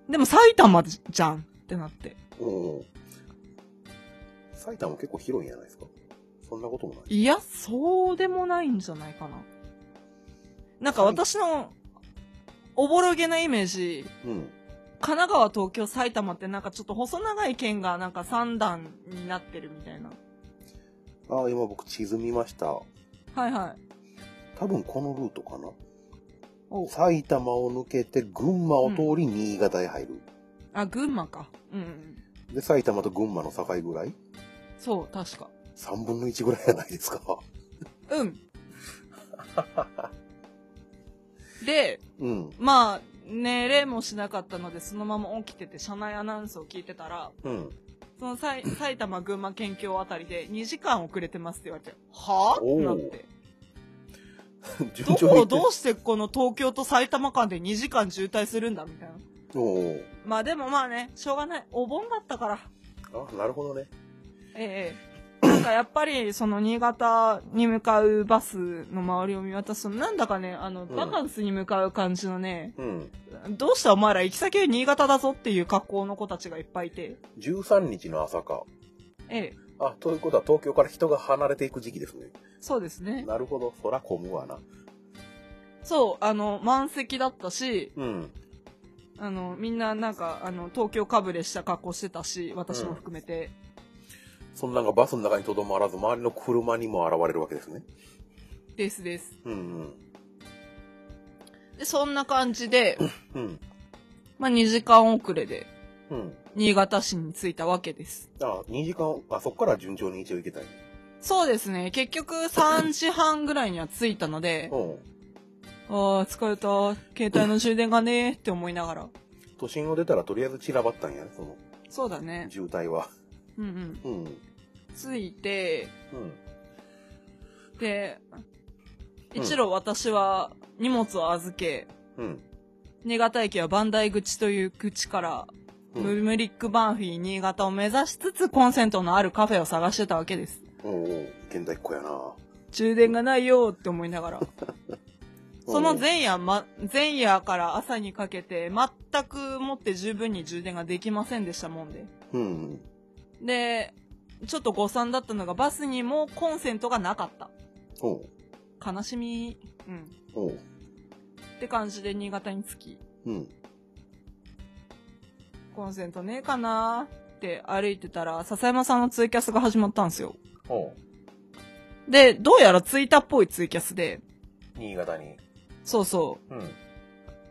S2: でも埼玉じゃんってなって。
S1: おうおう埼玉結構広いんじゃないですか。そんなこともない。
S2: いや、そうでもないんじゃないかな。なんか私の、おぼろげなイメージ、
S1: うん。
S2: 神奈川、東京、埼玉ってなんかちょっと細長い県がなんか三段になってるみたいな。
S1: ああ、今僕地図見ました。
S2: はいはい。
S1: 多分このルートかな。
S2: お
S1: 埼玉を抜けて群馬を通り新潟へ入る。
S2: あ、群馬か。うんうん。
S1: で、埼玉と群馬の境ぐらい
S2: そう、確か。
S1: 3分の1ぐらいじゃないですか。
S2: うん。で、
S1: うん。
S2: まあ、寝れもしなかったので、そのまま起きてて、車内アナウンスを聞いてたら、
S1: うん。
S2: その埼埼玉、群馬県境あたりで2時間遅れてますって言われて、はぁってなって。
S1: 順
S2: ど
S1: 調
S2: こ
S1: に
S2: を
S1: いって
S2: どうしてこの東京と埼玉間で2時間渋滞するんだみたいな。
S1: おう
S2: まあでもまあね、しょうがない。お盆だったから。
S1: おうあ、なるほどね。
S2: ええ。なんかやっぱり、その新潟に向かうバスの周りを見渡すと、なんだかね、あの、
S1: ん
S2: バカンスに向かう感じのね、
S1: うん。
S2: どうしてお前ら行き先は新潟だぞっていう格好の子たちがいっぱいいて。
S1: 13日の朝か。
S2: ええ。
S1: あ、ということは東京から人が離れていく時期ですね。
S2: そうですね。
S1: なるほど。そら混むわな。
S2: そう、あの、満席だったし、
S1: うん。
S2: あの、みんななんか、あの、東京かぶれした格好してたし、私も含めて。
S1: そんなんがバスの中にとどまらず、周りの車にも現れるわけですね。
S2: ですです。
S1: うん
S2: で、そんな感じで、
S1: うん。うん。
S2: まあ、2時間遅れで、
S1: うん。
S2: 新潟市に着いたわけです。
S1: あ、2時間、あ、そっから順調に一応行けたい。
S2: そうですね。結局、3時半ぐらいには着いた ので、
S1: うん。
S2: あー、疲れた。携帯の充電がねーって思いながら。
S1: 都心を出たらとりあえず散らばったんやね、その
S2: そうだね。
S1: 渋滞は。
S2: うんうん。
S1: うん。うん。
S2: 着いて、で、一路私は荷物を預け、
S1: うん。
S2: 新潟駅は磐梯口という口から、
S1: う
S2: ム
S1: ん。
S2: ムリックバンフィー新潟を目指しつつコンセントのあるカフェを探してたわけです。
S1: おうおう、現代っ子やな。
S2: 充電がないよーって思いなが ら。その
S1: うん
S2: 前夜、ま、前夜から朝にかけて全くもって十分に充電ができませんでしたもんで。
S1: うん。
S2: で、ちょっと誤算だったのがバスにもコンセントがなかった。
S1: おう
S2: 悲しみ。うん。
S1: おう。
S2: って感じで新潟に着き。
S1: うん。
S2: コンセントねえかなって歩いてたら、笹山さんのツイキャスが始まったんですよ。
S1: おう
S2: で、どうやらツイタっぽいツイキャスで、
S1: 新潟に。
S2: そうそう。
S1: うん。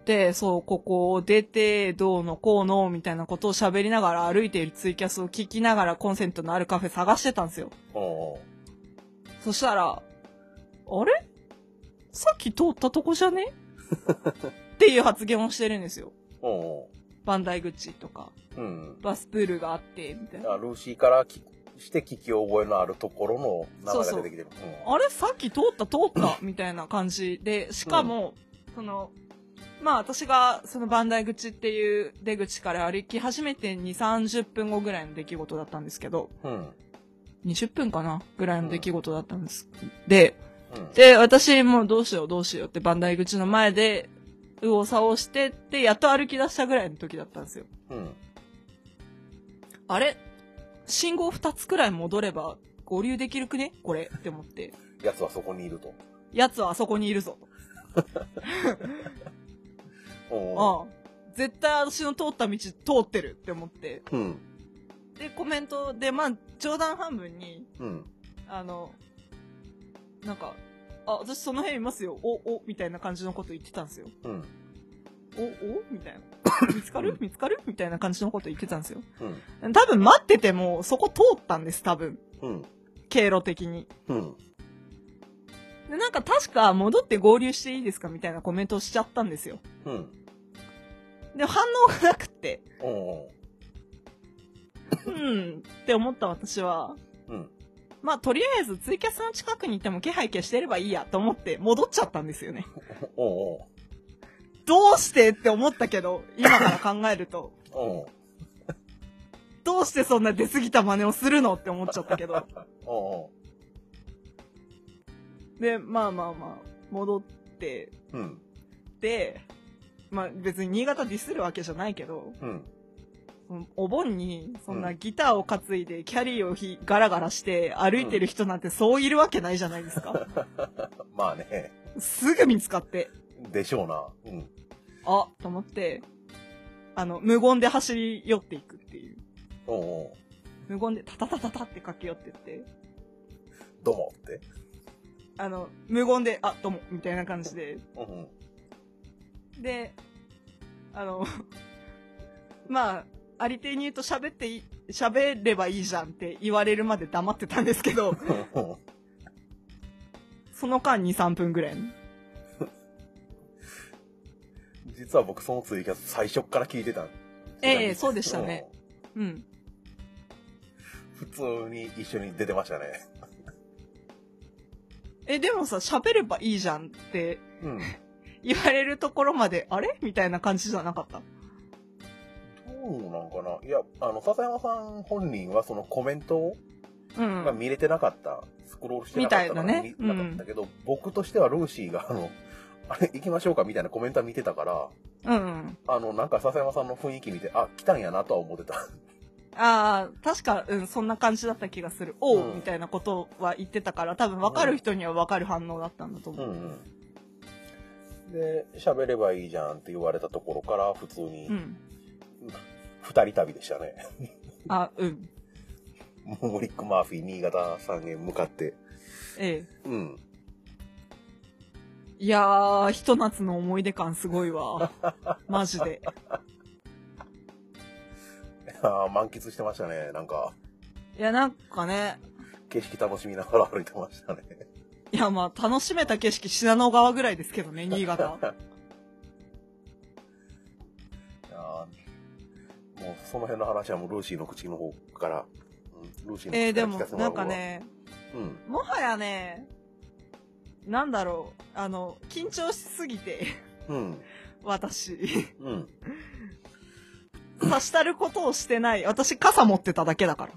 S2: で、そう、ここを出て、どうのこうの、みたいなことを喋りながら歩いているツイキャスを聞きながらコンセントのあるカフェ探してたんですよ。
S1: おうおう
S2: そしたら、あれさっき通ったとこじゃねっていう発言をしてるんですよ。
S1: おうお
S2: バンダイ口とか、
S1: ううん。
S2: バスプールがあって、みたいな。
S1: あルーシーからきして聞き覚えのあるところの名前が出てきてる。
S2: あれさっき通った通ったみたいな感じで、しかも、その、まあ私がそのバンダイ口っていう出口から歩き始めて2、30分後ぐらいの出来事だったんですけど、
S1: うん。うん。
S2: 20分かなぐらいの出来事だったんです。で、
S1: うん
S2: で、私もうどうしようどうしようってバンダイ口の前で、右往左往してって、やっと歩き出したぐらいの時だったんですよ。
S1: うん。
S2: あれ信号2つくらい戻れば合流できるくねこれって思って。
S1: やつはそこにいると。
S2: やつはあそこにいるぞ。
S1: おうおう
S2: ああ絶対私の通った道通ってるって思って
S1: うん。
S2: でコメントでまあ冗談半分に
S1: うん。
S2: あのなんか「あ私その辺いますよおお」みたいな感じのこと言ってたんですよ
S1: うん。
S2: 「おお」みたいな 「見つかる見つかる?」みたいな感じのこと言ってたんですよ
S1: うん。
S2: 多分待っててもそこ通ったんです多分
S1: うん。
S2: 経路的に
S1: うん。
S2: でなんか確か戻って合流していいですかみたいなコメントをしちゃったんですよ
S1: うん。
S2: で反応がなく って
S1: おうお
S2: うんって思った私は
S1: ううん。
S2: まあ、とりあえずツイキャスの近くにいても気配消してればいいやと思って戻っちゃったんですよね。
S1: おうおう
S2: どうしてって思ったけど、今から考えると、
S1: おう
S2: どうしてそんな出過ぎた真似をするのって思っちゃったけど。
S1: おうお
S2: で、まあまあまあ、戻って、
S1: ううん。
S2: で、まあ別に新潟ディスるわけじゃないけど、
S1: うん。
S2: そのお盆にそんなギターを担いでキャリーをひガラガラして歩いてる人なんてそういるわけないじゃないですか。
S1: まあね。
S2: すぐ見つかって。
S1: でしょうな。うん。
S2: あと思って、あの、無言で走り寄っていくっていう。
S1: おうおう
S2: 無言でタタタタタって駆け寄ってって、
S1: どうもって。
S2: あの、無言で、あ、どうも、みたいな感じで。
S1: うん。
S2: で、あの、 まあ、ありていに言うと喋ってい、喋ればいいじゃんって言われるまで黙ってたんですけ ど、
S1: うん。
S2: その間2、3分ぐらいの。
S1: 実は僕そのツイキャス最初っから聞いてたん
S2: ええそうでしたね。うん。
S1: うん普通に一緒に出てましたね。
S2: え、でもさ、喋ればいいじゃんって
S1: うん。
S2: 言われるところまで、あれみたいな感じじゃなかった。
S1: どうなんかないや、あの、笹山さん本人はそのコメントを
S2: うん
S1: が。見れてなかった、スクロールしてなかったから
S2: みたいなね
S1: 見なかったけど、僕としてはルーシーが、あの、 あれ、行きましょうかみたいなコメントは見てたから、
S2: うんうん。
S1: あの、なんか笹山さんの雰囲気見て、あ、来たんやなとは思ってた。
S2: ああ、確か、うん、そんな感じだった気がする。おう、
S1: うん
S2: みたいなことは言ってたから、多分分かる人には分かる反応だったんだと
S1: う
S2: 思う。
S1: んうん。で、喋ればいいじゃんって言われたところから、普通
S2: うん。
S1: に二人旅でしたね。
S2: あ、うん。
S1: モーリック・マーフィー、新潟さんへ向かって。
S2: え
S1: うん。
S2: え。いやー、ひと夏の思い出感すご いわ。マジで。
S1: あー満喫してましたね。なんか、
S2: いや、なんかね、
S1: 景色楽しみながら歩いてましたね。
S2: いや、まあ、楽しめた景色、信濃川ぐらいですけどね、新潟。
S1: あーもうその辺の話はもうルーシーの口の方から、うん、ルーシーの口から
S2: えー、でも
S1: 聞かせ、て
S2: な
S1: ら
S2: ん
S1: うわ
S2: か、ね、
S1: うん、
S2: もはやね、なんだろう、あの、緊張しすぎて、
S1: うん、
S2: 私。
S1: うん。
S2: 差したることをしてない。私、傘持ってただけだか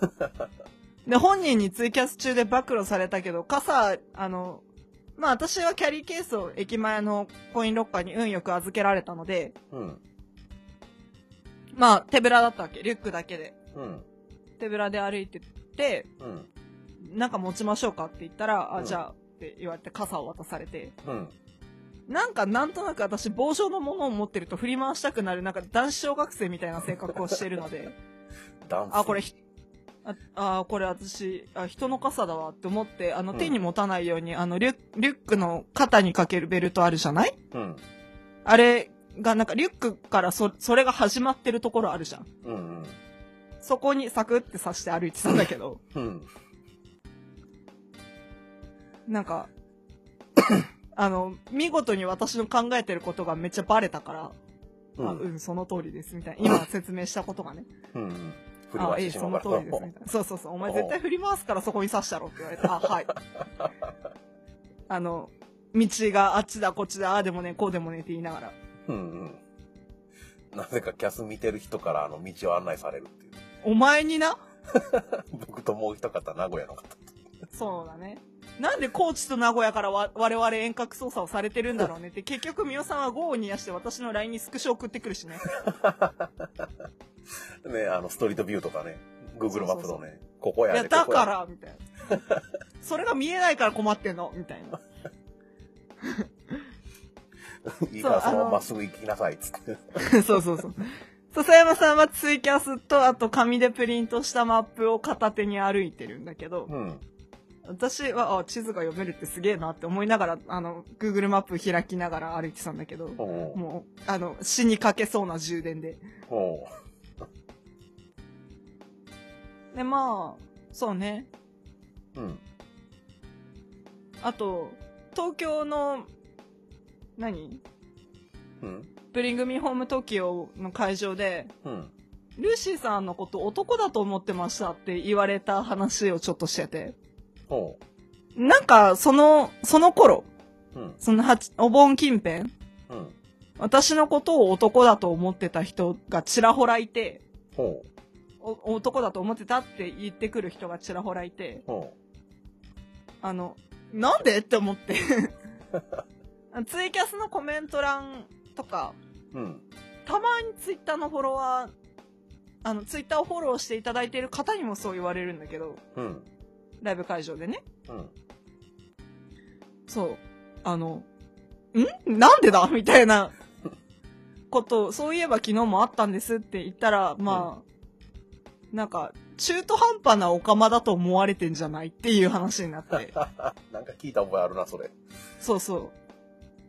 S2: ら。 で、本人にツイキャス中で暴露されたけど、傘、あの、まあ私はキャリーケースを駅前のコインロッカーに運よく預けられたので、
S1: うん、
S2: まあ手ぶらだったわけ。リュックだけで。
S1: うん、
S2: 手ぶらで歩いてって、
S1: うん、
S2: なんか持ちましょうかって言ったら、
S1: う
S2: あ、
S1: ん
S2: じゃあって言われて傘を渡されて、
S1: うん、
S2: なんかなんとなく私棒状のものを持ってると振り回したくなるなんか男子小学生みたいな性格をしてるの で
S1: ダンス。
S2: あこれひああこれ私あ人の傘だわって思ってあの手に持たないように、あのリュリュックの肩にかけるベルトあるじゃない
S1: うん。
S2: あれがなんかリュックからそそれが始まってるところあるじゃん
S1: うん
S2: そこにサクって刺して歩いてたんだけど
S1: うん。うん。
S2: なんか あの見事に私の考えてることがめっちゃバレたから
S1: う。
S2: あうんん、その通りですみたいな今説明したことが ね
S1: うんうん。振り
S2: あ
S1: 回
S2: え
S1: して
S2: え
S1: し
S2: そ
S1: まう
S2: の通
S1: から。
S2: りですみたい なそうそうそうお前絶対振り回すからそこに刺したろって言われてあ はいあの道があっちだこっちだああでもねこうでもねって言いながら
S1: うんうん。なぜかキャス見てる人からあの道を案内されるっていう。
S2: お前にな
S1: 僕ともう一方、名古屋の方。
S2: そうだねなんで高知と名古屋からわ我々遠隔操作をされてるんだろうねって結局三代さんは豪を煮やして私の LINE にスクショ送ってくるしね
S1: ね、あの、ストリートビューとかね、Google マップ
S2: そうそう
S1: の
S2: そ
S1: ね、ここや
S2: い
S1: で
S2: や、だ
S1: ここや
S2: か
S1: で
S2: ら、みたいな。それが見えないから困ってんの、みたいな。
S1: いいから
S2: そ
S1: そのま
S2: うあ
S1: ま
S2: の
S1: まっすぐ行きなさいっつって。
S2: そうそうそう。笹山さんはツイキャスと、あと紙でプリントしたマップを片手に歩いてるんだけど、
S1: うん。
S2: 私は、あ、地図が読めるってすげえなって思いながら、あの、Google マップ開きながら歩いてたんだけど、
S1: おう
S2: もう、あの、死にかけそうな充電で。
S1: おう
S2: で、まあ、そうね。
S1: うん。
S2: あと、東京の、何
S1: うん。
S2: ブリングミーホーム東京の会場で、
S1: うん。
S2: ルーシーさんのこと男だと思ってましたって言われた話をちょっとしてて。
S1: おう
S2: なんか、その、その頃、
S1: うん。
S2: そのはちお盆近辺、
S1: うん。
S2: 私のことを男だと思ってた人がちらほらいて、
S1: おう
S2: お男だと思ってたって言ってくる人がちらほらいて、
S1: おう
S2: あの、なんでって思って。ツイキャスのコメント欄とか、
S1: うん。
S2: たまにツイッターのフォロワー、あの、ツイッターをフォローしていただいている方にもそう言われるんだけど、
S1: うん。
S2: ライブ会場でね。
S1: うん。
S2: そう。あの、んなんでだみたいなことを、そういえば昨日もあったんですって言ったら、まあ、なんか、中途半端なオカマだと思われてんじゃないっていう話になって。
S1: なんか聞いた覚えあるな、それ。
S2: そうそう。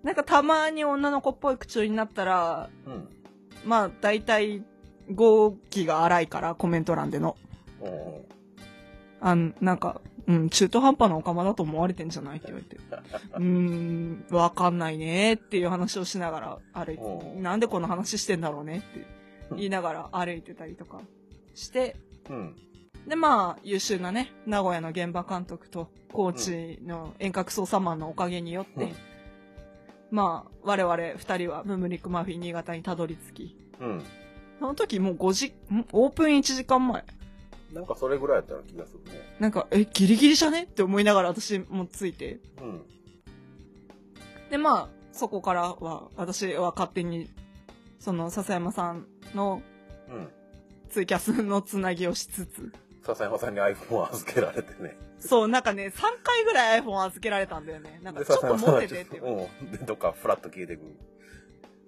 S2: なんかたまに女の子っぽい口調になったら、
S1: うん。
S2: まあ大体、語気が荒いから、コメント欄での。
S1: おう
S2: あんなんか、うん、中途半端なオカマだと思われてんじゃないって言われて。うーん、わかんないねっていう話をしながら歩い
S1: お
S2: て、
S1: う
S2: なんでこの話してんだろうねって言いながら歩いてたりとかして、
S1: うん。
S2: で、まあ、優秀なね、名古屋の現場監督と、高知の遠隔操作マンのおかげによって、
S1: うん
S2: まあ、我々二人はムムリックマフィー新潟にたどり着き、
S1: うん。
S2: その時もう5時、んオープン1時間前。
S1: なんかそれぐらいやったような気がするね。
S2: なんか、え、ギリギリじゃねって思いながら私もついて。
S1: うん。
S2: で、まあ、そこからは、私は勝手に、その、笹山さんの
S1: うん。
S2: ツイキャスのつなぎをし つつ。
S1: 笹山さんに iPhone を預けられてね。
S2: そう、なんかね、3回ぐらい iPhone 預けられたんだよね。なんか、
S1: で
S2: ちょっ
S1: 笹
S2: と
S1: 山さん
S2: 持っ
S1: は
S2: て
S1: ちょ
S2: て
S1: っ
S2: っ
S1: てと
S2: 言われて。
S1: うん。で、どっかフラッと消えてくる。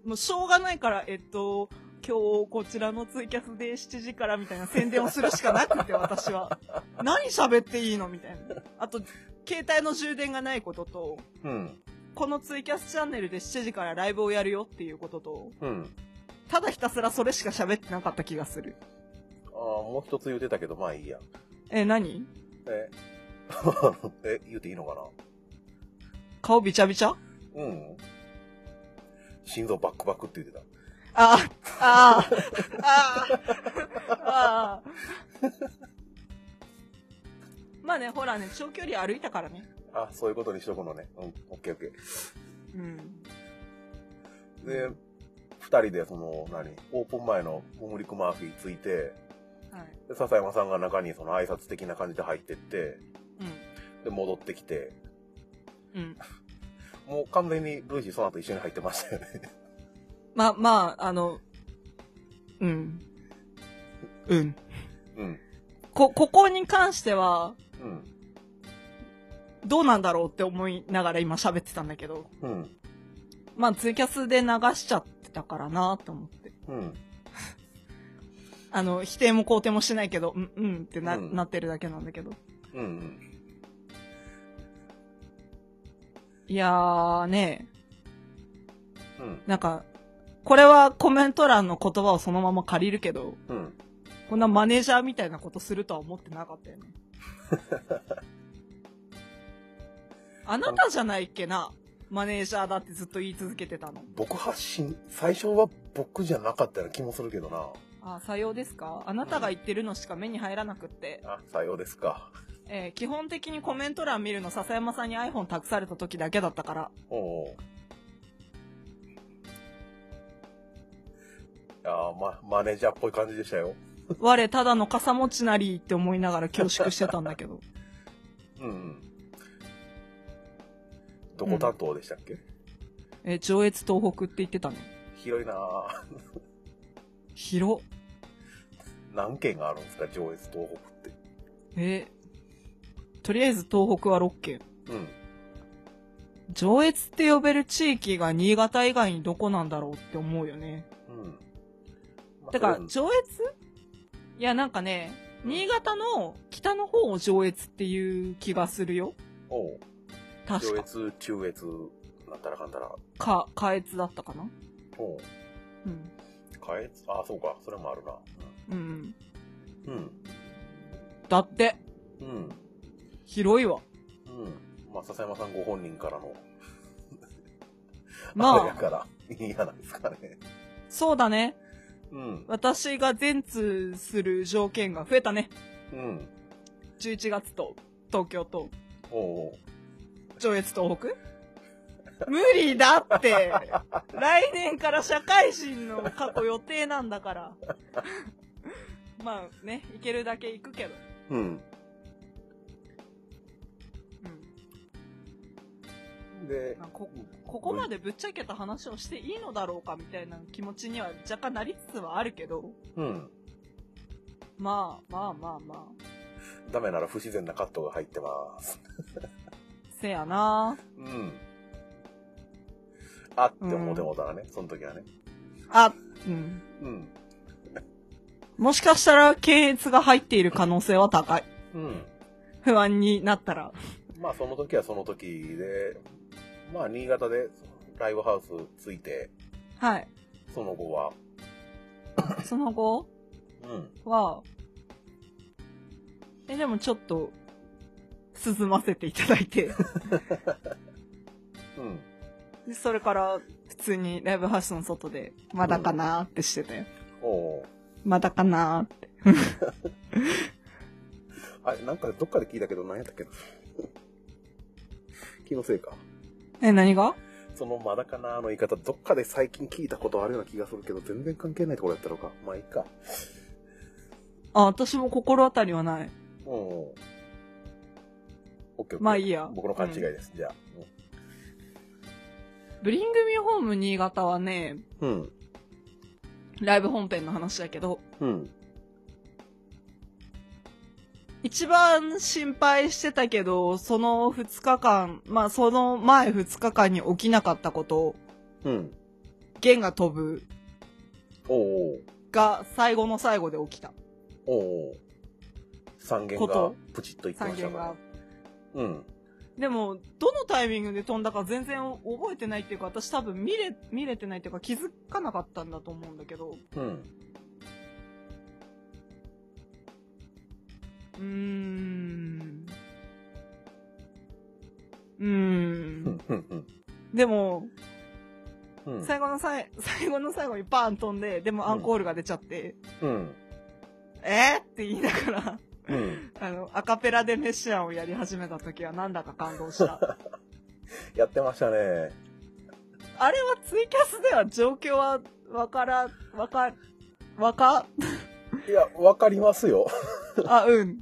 S2: もう、しょうがないから、えっと、今日、こちらのツイキャスで7時からみたいな宣伝をするしかな くて、私は。何喋っていいのみたいな。あと、携帯の充電がないことと、
S1: うん。
S2: このツイキャスチャンネルで7時からライブをやるよっていうことと、
S1: うん。
S2: ただひたすらそれしか喋ってなかった気がする。
S1: ああ、もう一つ言うてたけど、まあいいや。
S2: え、何
S1: え、え、言うていいのか
S2: 顔びちゃびちゃ
S1: なうん。心臓バックバックって言ってた。
S2: あ、あ、あ、あ、あ。まあね、ほらね、長距離歩いたからね。
S1: あ、そういうことにしとくのね。うん、オッケーオッケ
S2: うん。
S1: ー。で、二人でその、何、オープン前のモムリクマーフィーついて、
S2: はい。
S1: で笹山さんが中にその挨拶的な感じで入ってって、で、戻ってきて、
S2: うん。うん。
S1: もう完全にルイジーその後一緒に入ってましたよね。
S2: ま、まあ、あの、うん。うん。
S1: うん。
S2: こ、ここに関しては、
S1: うん。
S2: どうなんだろうって思いながら今喋ってたんだけど、
S1: うん。
S2: まあツイキャスで流しちゃってたからなと思って。
S1: うん。
S2: あの、否定も肯定もしないけど、うん、うんってな,、
S1: うん
S2: なってるだけなんだけど。
S1: うんうん。
S2: いやーね、
S1: うん。
S2: なんか、これはコメント欄の言葉をそのまま借りるけど、
S1: うん。
S2: こんなマネージャーみたいなことするとは思ってなかったよね。あなたじゃないっけなマネージャーだってずっと言い続けてたの。
S1: 僕発信、最初は僕じゃなかったような気もするけどな。
S2: あ、さようですかあなたが言ってるのしか目に入らなくって。
S1: あ、さようですか。
S2: えー基本的にコメント欄見るの笹山さんに iPhone 託された時だけだったから。
S1: おおう。あーま、マネージャーっぽい感じでしたよ。
S2: 我ただの傘持ちなりって思いながら恐縮してたんだけど。
S1: うんうん。どこ担当でしたっけ、
S2: えー上越東北って言ってたね。
S1: 広いなぁ。
S2: 広っ。
S1: 何県があるんですか上越東北っ
S2: えーとりあえず東北は6県。
S1: て。うん。
S2: 上越って呼べる地域が新潟以外にどこなんだろうって思うよね。
S1: うん。まあ
S2: だから
S1: とりあえ、ず
S2: 上越いや、なんかね、新潟の北の方を上越っていう気がするよ。
S1: おう
S2: 確
S1: 上
S2: か。
S1: 越、中越、なんたらかんたら。
S2: か、下越だったかな
S1: おう。
S2: うん。
S1: 下越あ、そうか。それもあるな。
S2: うん。
S1: うん。
S2: だって、
S1: うん。うん。
S2: 広いわ。
S1: うん。まあ、笹山さんご本人からの、あれや
S2: まあ、
S1: から、いいじゃないですかね。
S2: そうだね。
S1: うん。
S2: 私が全通する条件が増えたね。
S1: うん。
S2: 11月と、東京と、
S1: おうおう。
S2: 上越東北無理だって来年から社会人の過去予定なんだからまあね行けるだけ行くけど、
S1: うん。
S2: う
S1: で
S2: ん、まあこここまでぶっちゃけた話をしていいのだろうかみたいな気持ちには若干なりつつはあるけど
S1: うん。
S2: まあまあまあまあ
S1: ダメなら不自然なカットが入ってます。
S2: せやな
S1: うん。あって思ってもうたらね、その時はね。
S2: あうん
S1: うん。
S2: もしかしたら検閲が入っている可能性は高い
S1: うん。
S2: 不安になったら
S1: まあ、その時はその時で、まあ、新潟でライブハウスついて、
S2: はい
S1: その後は、
S2: その後
S1: うん。
S2: は、え、でもちょっと、進ませていただい て、
S1: うん。
S2: でそれから普通にライブハウスの外で、まだかなーってしてたよ。
S1: おう
S2: まだかなーって。
S1: あれ、なんかどっかで聞いたけど、何やったっけな 気のせいか。
S2: え、何が
S1: そのまだかなの言い方、どっかで最近聞いたことあるような気がするけど、全然関係ないところやったのか。まあいいか。
S2: あ、私も心当たりはない。
S1: うんうん。オッケーオッケー
S2: まあいいや
S1: 僕の勘違いです。じゃあ。
S2: ブリングミーホーム新潟はね、
S1: うん。
S2: ライブ本編の話だけど、
S1: うん。
S2: 一番心配してたけど、その2日間、まあその前2日間に起きなかったこと、
S1: うん。
S2: 弦が飛ぶ
S1: おう
S2: が最後の最後で起きた。
S1: おう。おうおう。三弦
S2: こ
S1: が
S2: と
S1: プチッといってま
S2: 3
S1: した
S2: 弦
S1: か
S2: が
S1: ら。うん。
S2: でも、どのタイミングで飛んだか全然覚えてないっていうか、私多分見れ、見れてないっていうか気づかなかったんだと思うんだけど、
S1: うん。
S2: うーん。うー
S1: う
S2: ん。
S1: ん。うん。
S2: でも、
S1: うん。
S2: 最後のさい最後の最後にパーン飛んで、でもアンコールが出ちゃって、
S1: うん。
S2: えー、って言いながら、
S1: うん。
S2: あの、アカペラでメシアンをやり始めた時はなんだか感動した。
S1: やってましたね。
S2: あれはツイキャスでは状況はわから、わか、わか、
S1: いや、わかりますよ。
S2: あ、うん。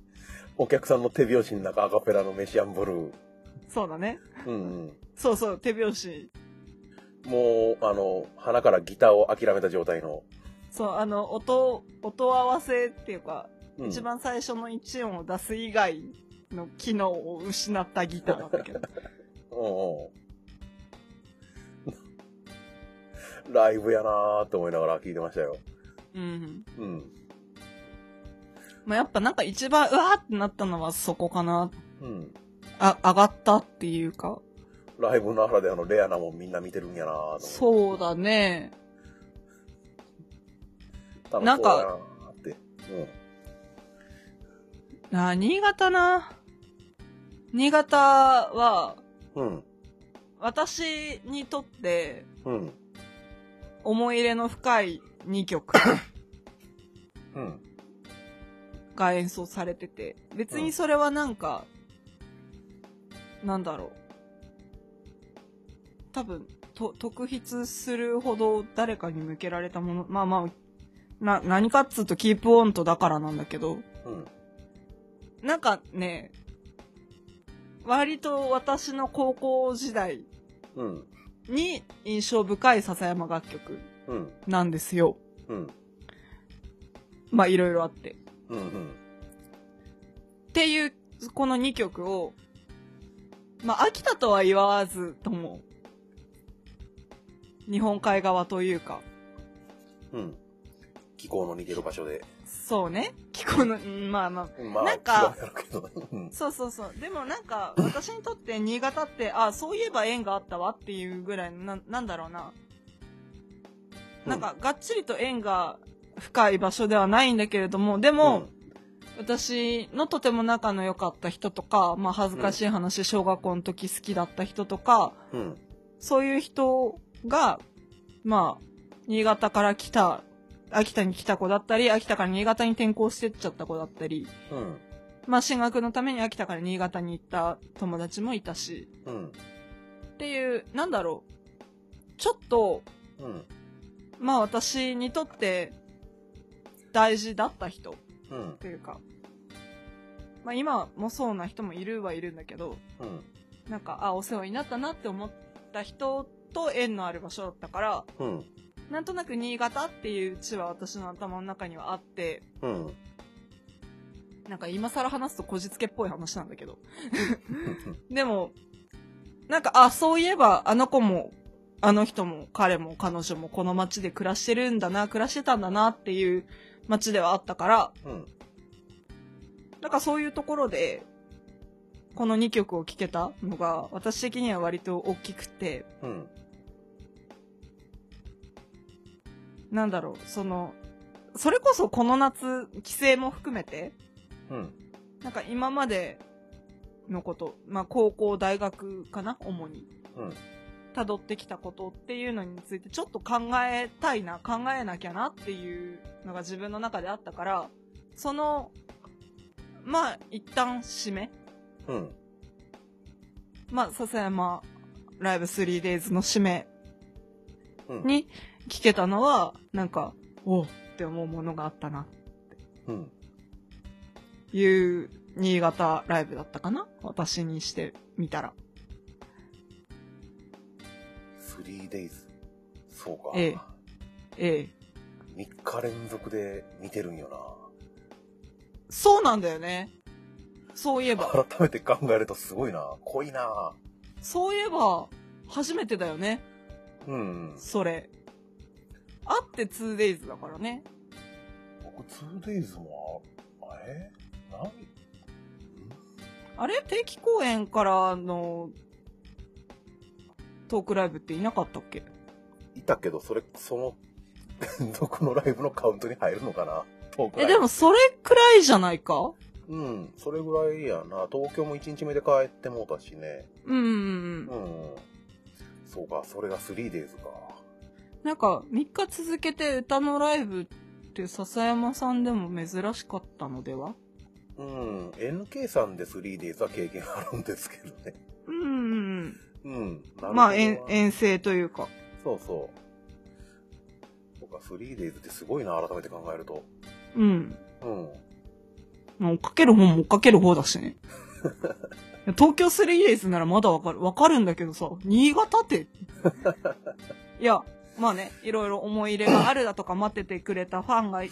S1: お客さんの手拍子の中、アカペラのメシアンブルー。
S2: そうだね。
S1: うん
S2: そうそう、手拍子。
S1: うん。もう、あの、鼻からギターを諦めた状態の。
S2: そう、あの、音、音合わせっていうか、
S1: うん
S2: 一番最初の一音を出す以外の機能を失ったギターだったけど。
S1: うんうん。 ライブやなーって思いながら聞いてましたよ。
S2: うん。
S1: うん。
S2: まあ、やっぱなんか一番、うわーってなったのはそこかな。
S1: うん。
S2: あ、上がったっていうか。
S1: ライブの原であのレアなもんみんな見てるんやなーと思って
S2: そうだね。
S1: 楽しそう
S2: なんか
S1: やなーって。
S2: あ、新潟な。新潟は、
S1: うん。うん。
S2: 私にとって
S1: うん。
S2: 思い入れの深い2曲
S1: うん。
S2: が演奏されてて、別にそれはなんか、なんだろう。多分、と、特筆するほど誰かに向けられたもの、まあまあ、な、何かっつうとキープオンとだからなんだけど、
S1: うん。
S2: なんかね、割と私の高校時代
S1: うん。
S2: に印象深い笹山楽曲
S1: うん。
S2: なんですよ。
S1: うん。
S2: まあいろいろあって。
S1: うん。うん。
S2: っていう、この2曲を、まあ、秋田とは言わずとも、日本海側というか、
S1: うん。気候の似てる場所で。
S2: そうね、気候の、うんまあまあ、
S1: まあ、
S2: なんか
S1: 違うやろうけどね。うん
S2: そうそうそう。でもなんか、私にとって新潟って、あ、そういえば縁があったわっていうぐらいの、ななんだろうな。なんか、がっちりと縁が深い場所ではないんだけれども、でも、私のとても仲の良かった人とか、まあ恥ずかしい話、小学校の時好きだった人とか、
S1: うん。うん。
S2: そういう人が、まあ、新潟から来た、秋田に来た子だったり、秋田から新潟に転校してっちゃった子だったり、
S1: うん。
S2: まあ進学のために秋田から新潟に行った友達もいたし、
S1: うん。
S2: っていう、なんだろう、ちょっと、
S1: うん。
S2: まあ私にとって大事だった人
S1: うん。
S2: というか、まあ今もそうな人もいるはいるんだけど、
S1: うん。
S2: なんか、あ、お世話になったなって思った人と縁のある場所だったから、
S1: うん。
S2: なんとなく新潟っていう地は私の頭の中にはあって、
S1: うん。
S2: なんか今更話すとこじつけっぽい話なんだけど。でも、なんか、あ、そういえばあの子も、あの人も彼も彼女もこの街で暮らしてるんだな、暮らしてたんだなっていう街ではあったから、
S1: うん。
S2: なんかそういうところで、この2曲を聴けたのが、私的には割と大きくて、
S1: うん。
S2: なんだろう、その、それこそこの夏、帰省も含めて、
S1: うん。
S2: なんか今までのこと、まあ高校、大学かな、主に。
S1: うん
S2: 辿ってきたことっていうのについてちょっと考えたいな、考えなきゃなっていうのが自分の中であったから、その、まあ一旦締め、
S1: うん。
S2: まあ笹山ライブ 3days の締め
S1: うん。
S2: に聞けたのは、なんか、おうって思うものがあったな、
S1: うん。
S2: いう新潟ライブだったかな私にしてみたら。
S1: 3days。そうか。
S2: ええええ。
S1: 3日連続で見てるんよ
S2: そうなんだよね。そういえ
S1: な。
S2: ば。
S1: 改めて考えるとすごいな。濃いな。
S2: そういえば、初めてだよね。
S1: うん。
S2: それ。あって 2days だからね。
S1: 僕 2days もあ、あれ何
S2: あれ定期公演からのトークライブっていなかったっけ
S1: いたけど、それ、その、 連続のライブのカウントに入るのかな遠く
S2: え、でもそれくらいじゃないか
S1: うん、それぐらいやな。東京も1日目で帰ってもうたしね。
S2: うんうんう。
S1: うんん。そうか、それが 3days か。
S2: なんか、3日続けて歌のライブって笹山さんでも珍しかったのでは
S1: うん、NK さんで 3days は経験あるんですけどね。
S2: うんうん
S1: うん。
S2: うん。まあ、
S1: なる
S2: 遠
S1: ほどな
S2: 遠征というか。
S1: そうそう。そうか、3days ってすごいな、改めて考えると。
S2: うん。
S1: うん。
S2: まあ追っかける方も追っかける方だしね。いや東京スリーレースならまだわかる、わかるんだけどさ、新潟って。いや、まあね、いろいろ思い入れがあるだとか、待っててくれたファンが、フ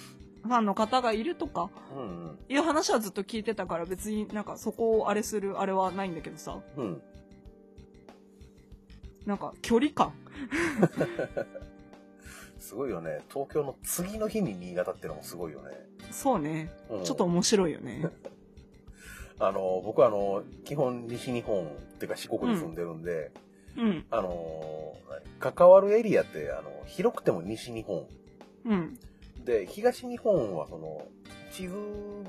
S2: ァンの方がいるとか、
S1: うん
S2: いう話はずっと聞いてたから、別になんかそこをあれするあれはないんだけどさ、
S1: うん。うん。
S2: なんか距離感
S1: すごいよね。東京の次の日に新潟ってのもすごいよね。
S2: そうね。
S1: うん
S2: ちょっと面白いよね。
S1: あの、僕はあの、基本西日本っていうか四国に住んでるんで、
S2: うん。
S1: あの、関わるエリアって、あの、広くても西日本。
S2: うん。
S1: で、東日本はその、地図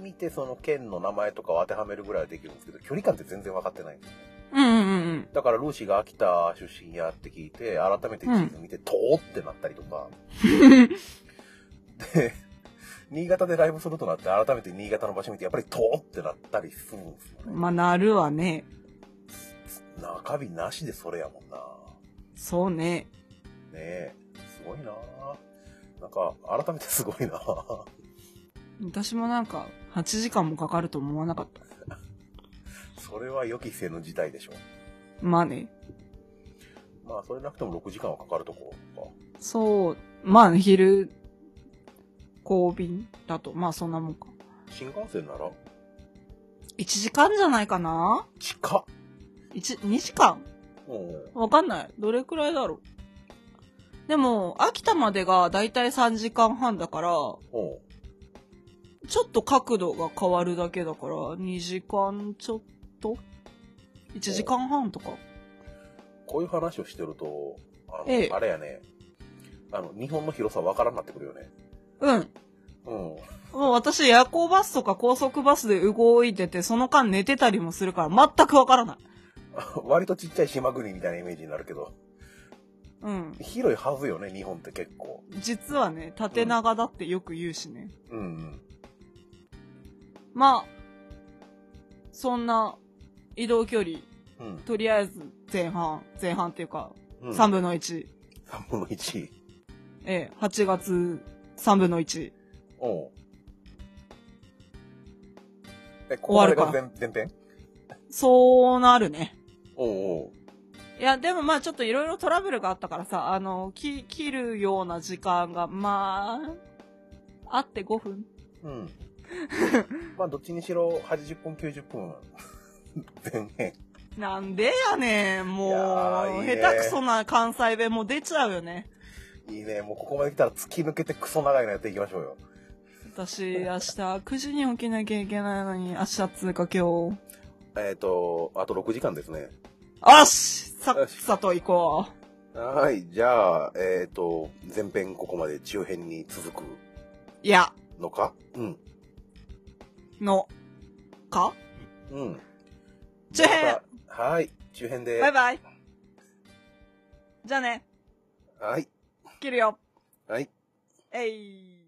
S1: 見てその県の名前とかを当てはめるぐらいはできるんですけど、距離感って全然分かってない。
S2: うんうんうん
S1: だからルーシーが秋田出身やって聞いて、改めて地図見て、とーってなったりとか。
S2: うん。
S1: で、新潟でライブするとなって、改めて新潟の場所見て、やっぱりとーってなったりするんですよね。
S2: まあ、なるわね。
S1: 中身なしでそれやもんな。
S2: そうね。
S1: ねえ、すごいななんか、改めてすごいな
S2: 私もなんか、8時間もかかると思わなかった。
S1: それは予期せぬ事態でしょ。
S2: まあね。
S1: まあ、それなくても6時間はかかるところか。
S2: そう。まあ、昼、交便だと、まあそんなもんか。
S1: 新幹線なら
S2: 1時間じゃないかな
S1: 近っ。
S2: ?1、2時間
S1: うん。
S2: わかんない。どれくらいだろう。でも、秋田までがだいたい3時間半だから、
S1: うん。
S2: ちょっと角度が変わるだけだから、2時間ちょっと ?1 時間半とか。
S1: こういう話をしてると、あの、
S2: ええ
S1: あれやね。あの、日本の広さわからんなってくるよね。
S2: うん。
S1: うん。
S2: もう私、夜行バスとか高速バスで動いてて、その間寝てたりもするから、全くわからない。
S1: 割とちっちゃい島国みたいなイメージになるけど、
S2: うん。
S1: 広いはずよね、日本って結構。
S2: 実はね、縦長だってよく言うしね。
S1: うんうん。
S2: まあ、そんな移動距離、
S1: うん。
S2: とりあえず前半、前半っていうか、
S1: うん、
S2: 3分の1。
S1: 3分の1。
S2: ええ、8月3分の1。
S1: おうえ、こ
S2: 終わるか
S1: こまでが前前編
S2: そうなるね。
S1: おうおう
S2: いや、でもまあちょっといろいろトラブルがあったからさ、あの、き、切るような時間が、まあ、あって5分。
S1: うん。 まあ、どっちにしろ、80分、90分。 前編。
S2: なんでやねん、も
S1: いや
S2: う
S1: ーいいね
S2: 下手くそな関西弁も出ちゃうよね。
S1: いいね。もうここまで来たら突き抜けてクソ長いのやっていきましょうよ。
S2: 私、明日9時に起きなきゃいけないのに、明日っつうか今日。
S1: えっ、と、あと6時間ですね。
S2: あっしさっさと行こう。
S1: はい。じゃあ、えっ、と、前編ここまで中編に続く
S2: いや、
S1: のかうん。
S2: の、か
S1: うん。
S2: 中編
S1: またはい。中編で。
S2: バイバイじゃあね、
S1: はい。
S2: 切るよ。
S1: はい。
S2: えい。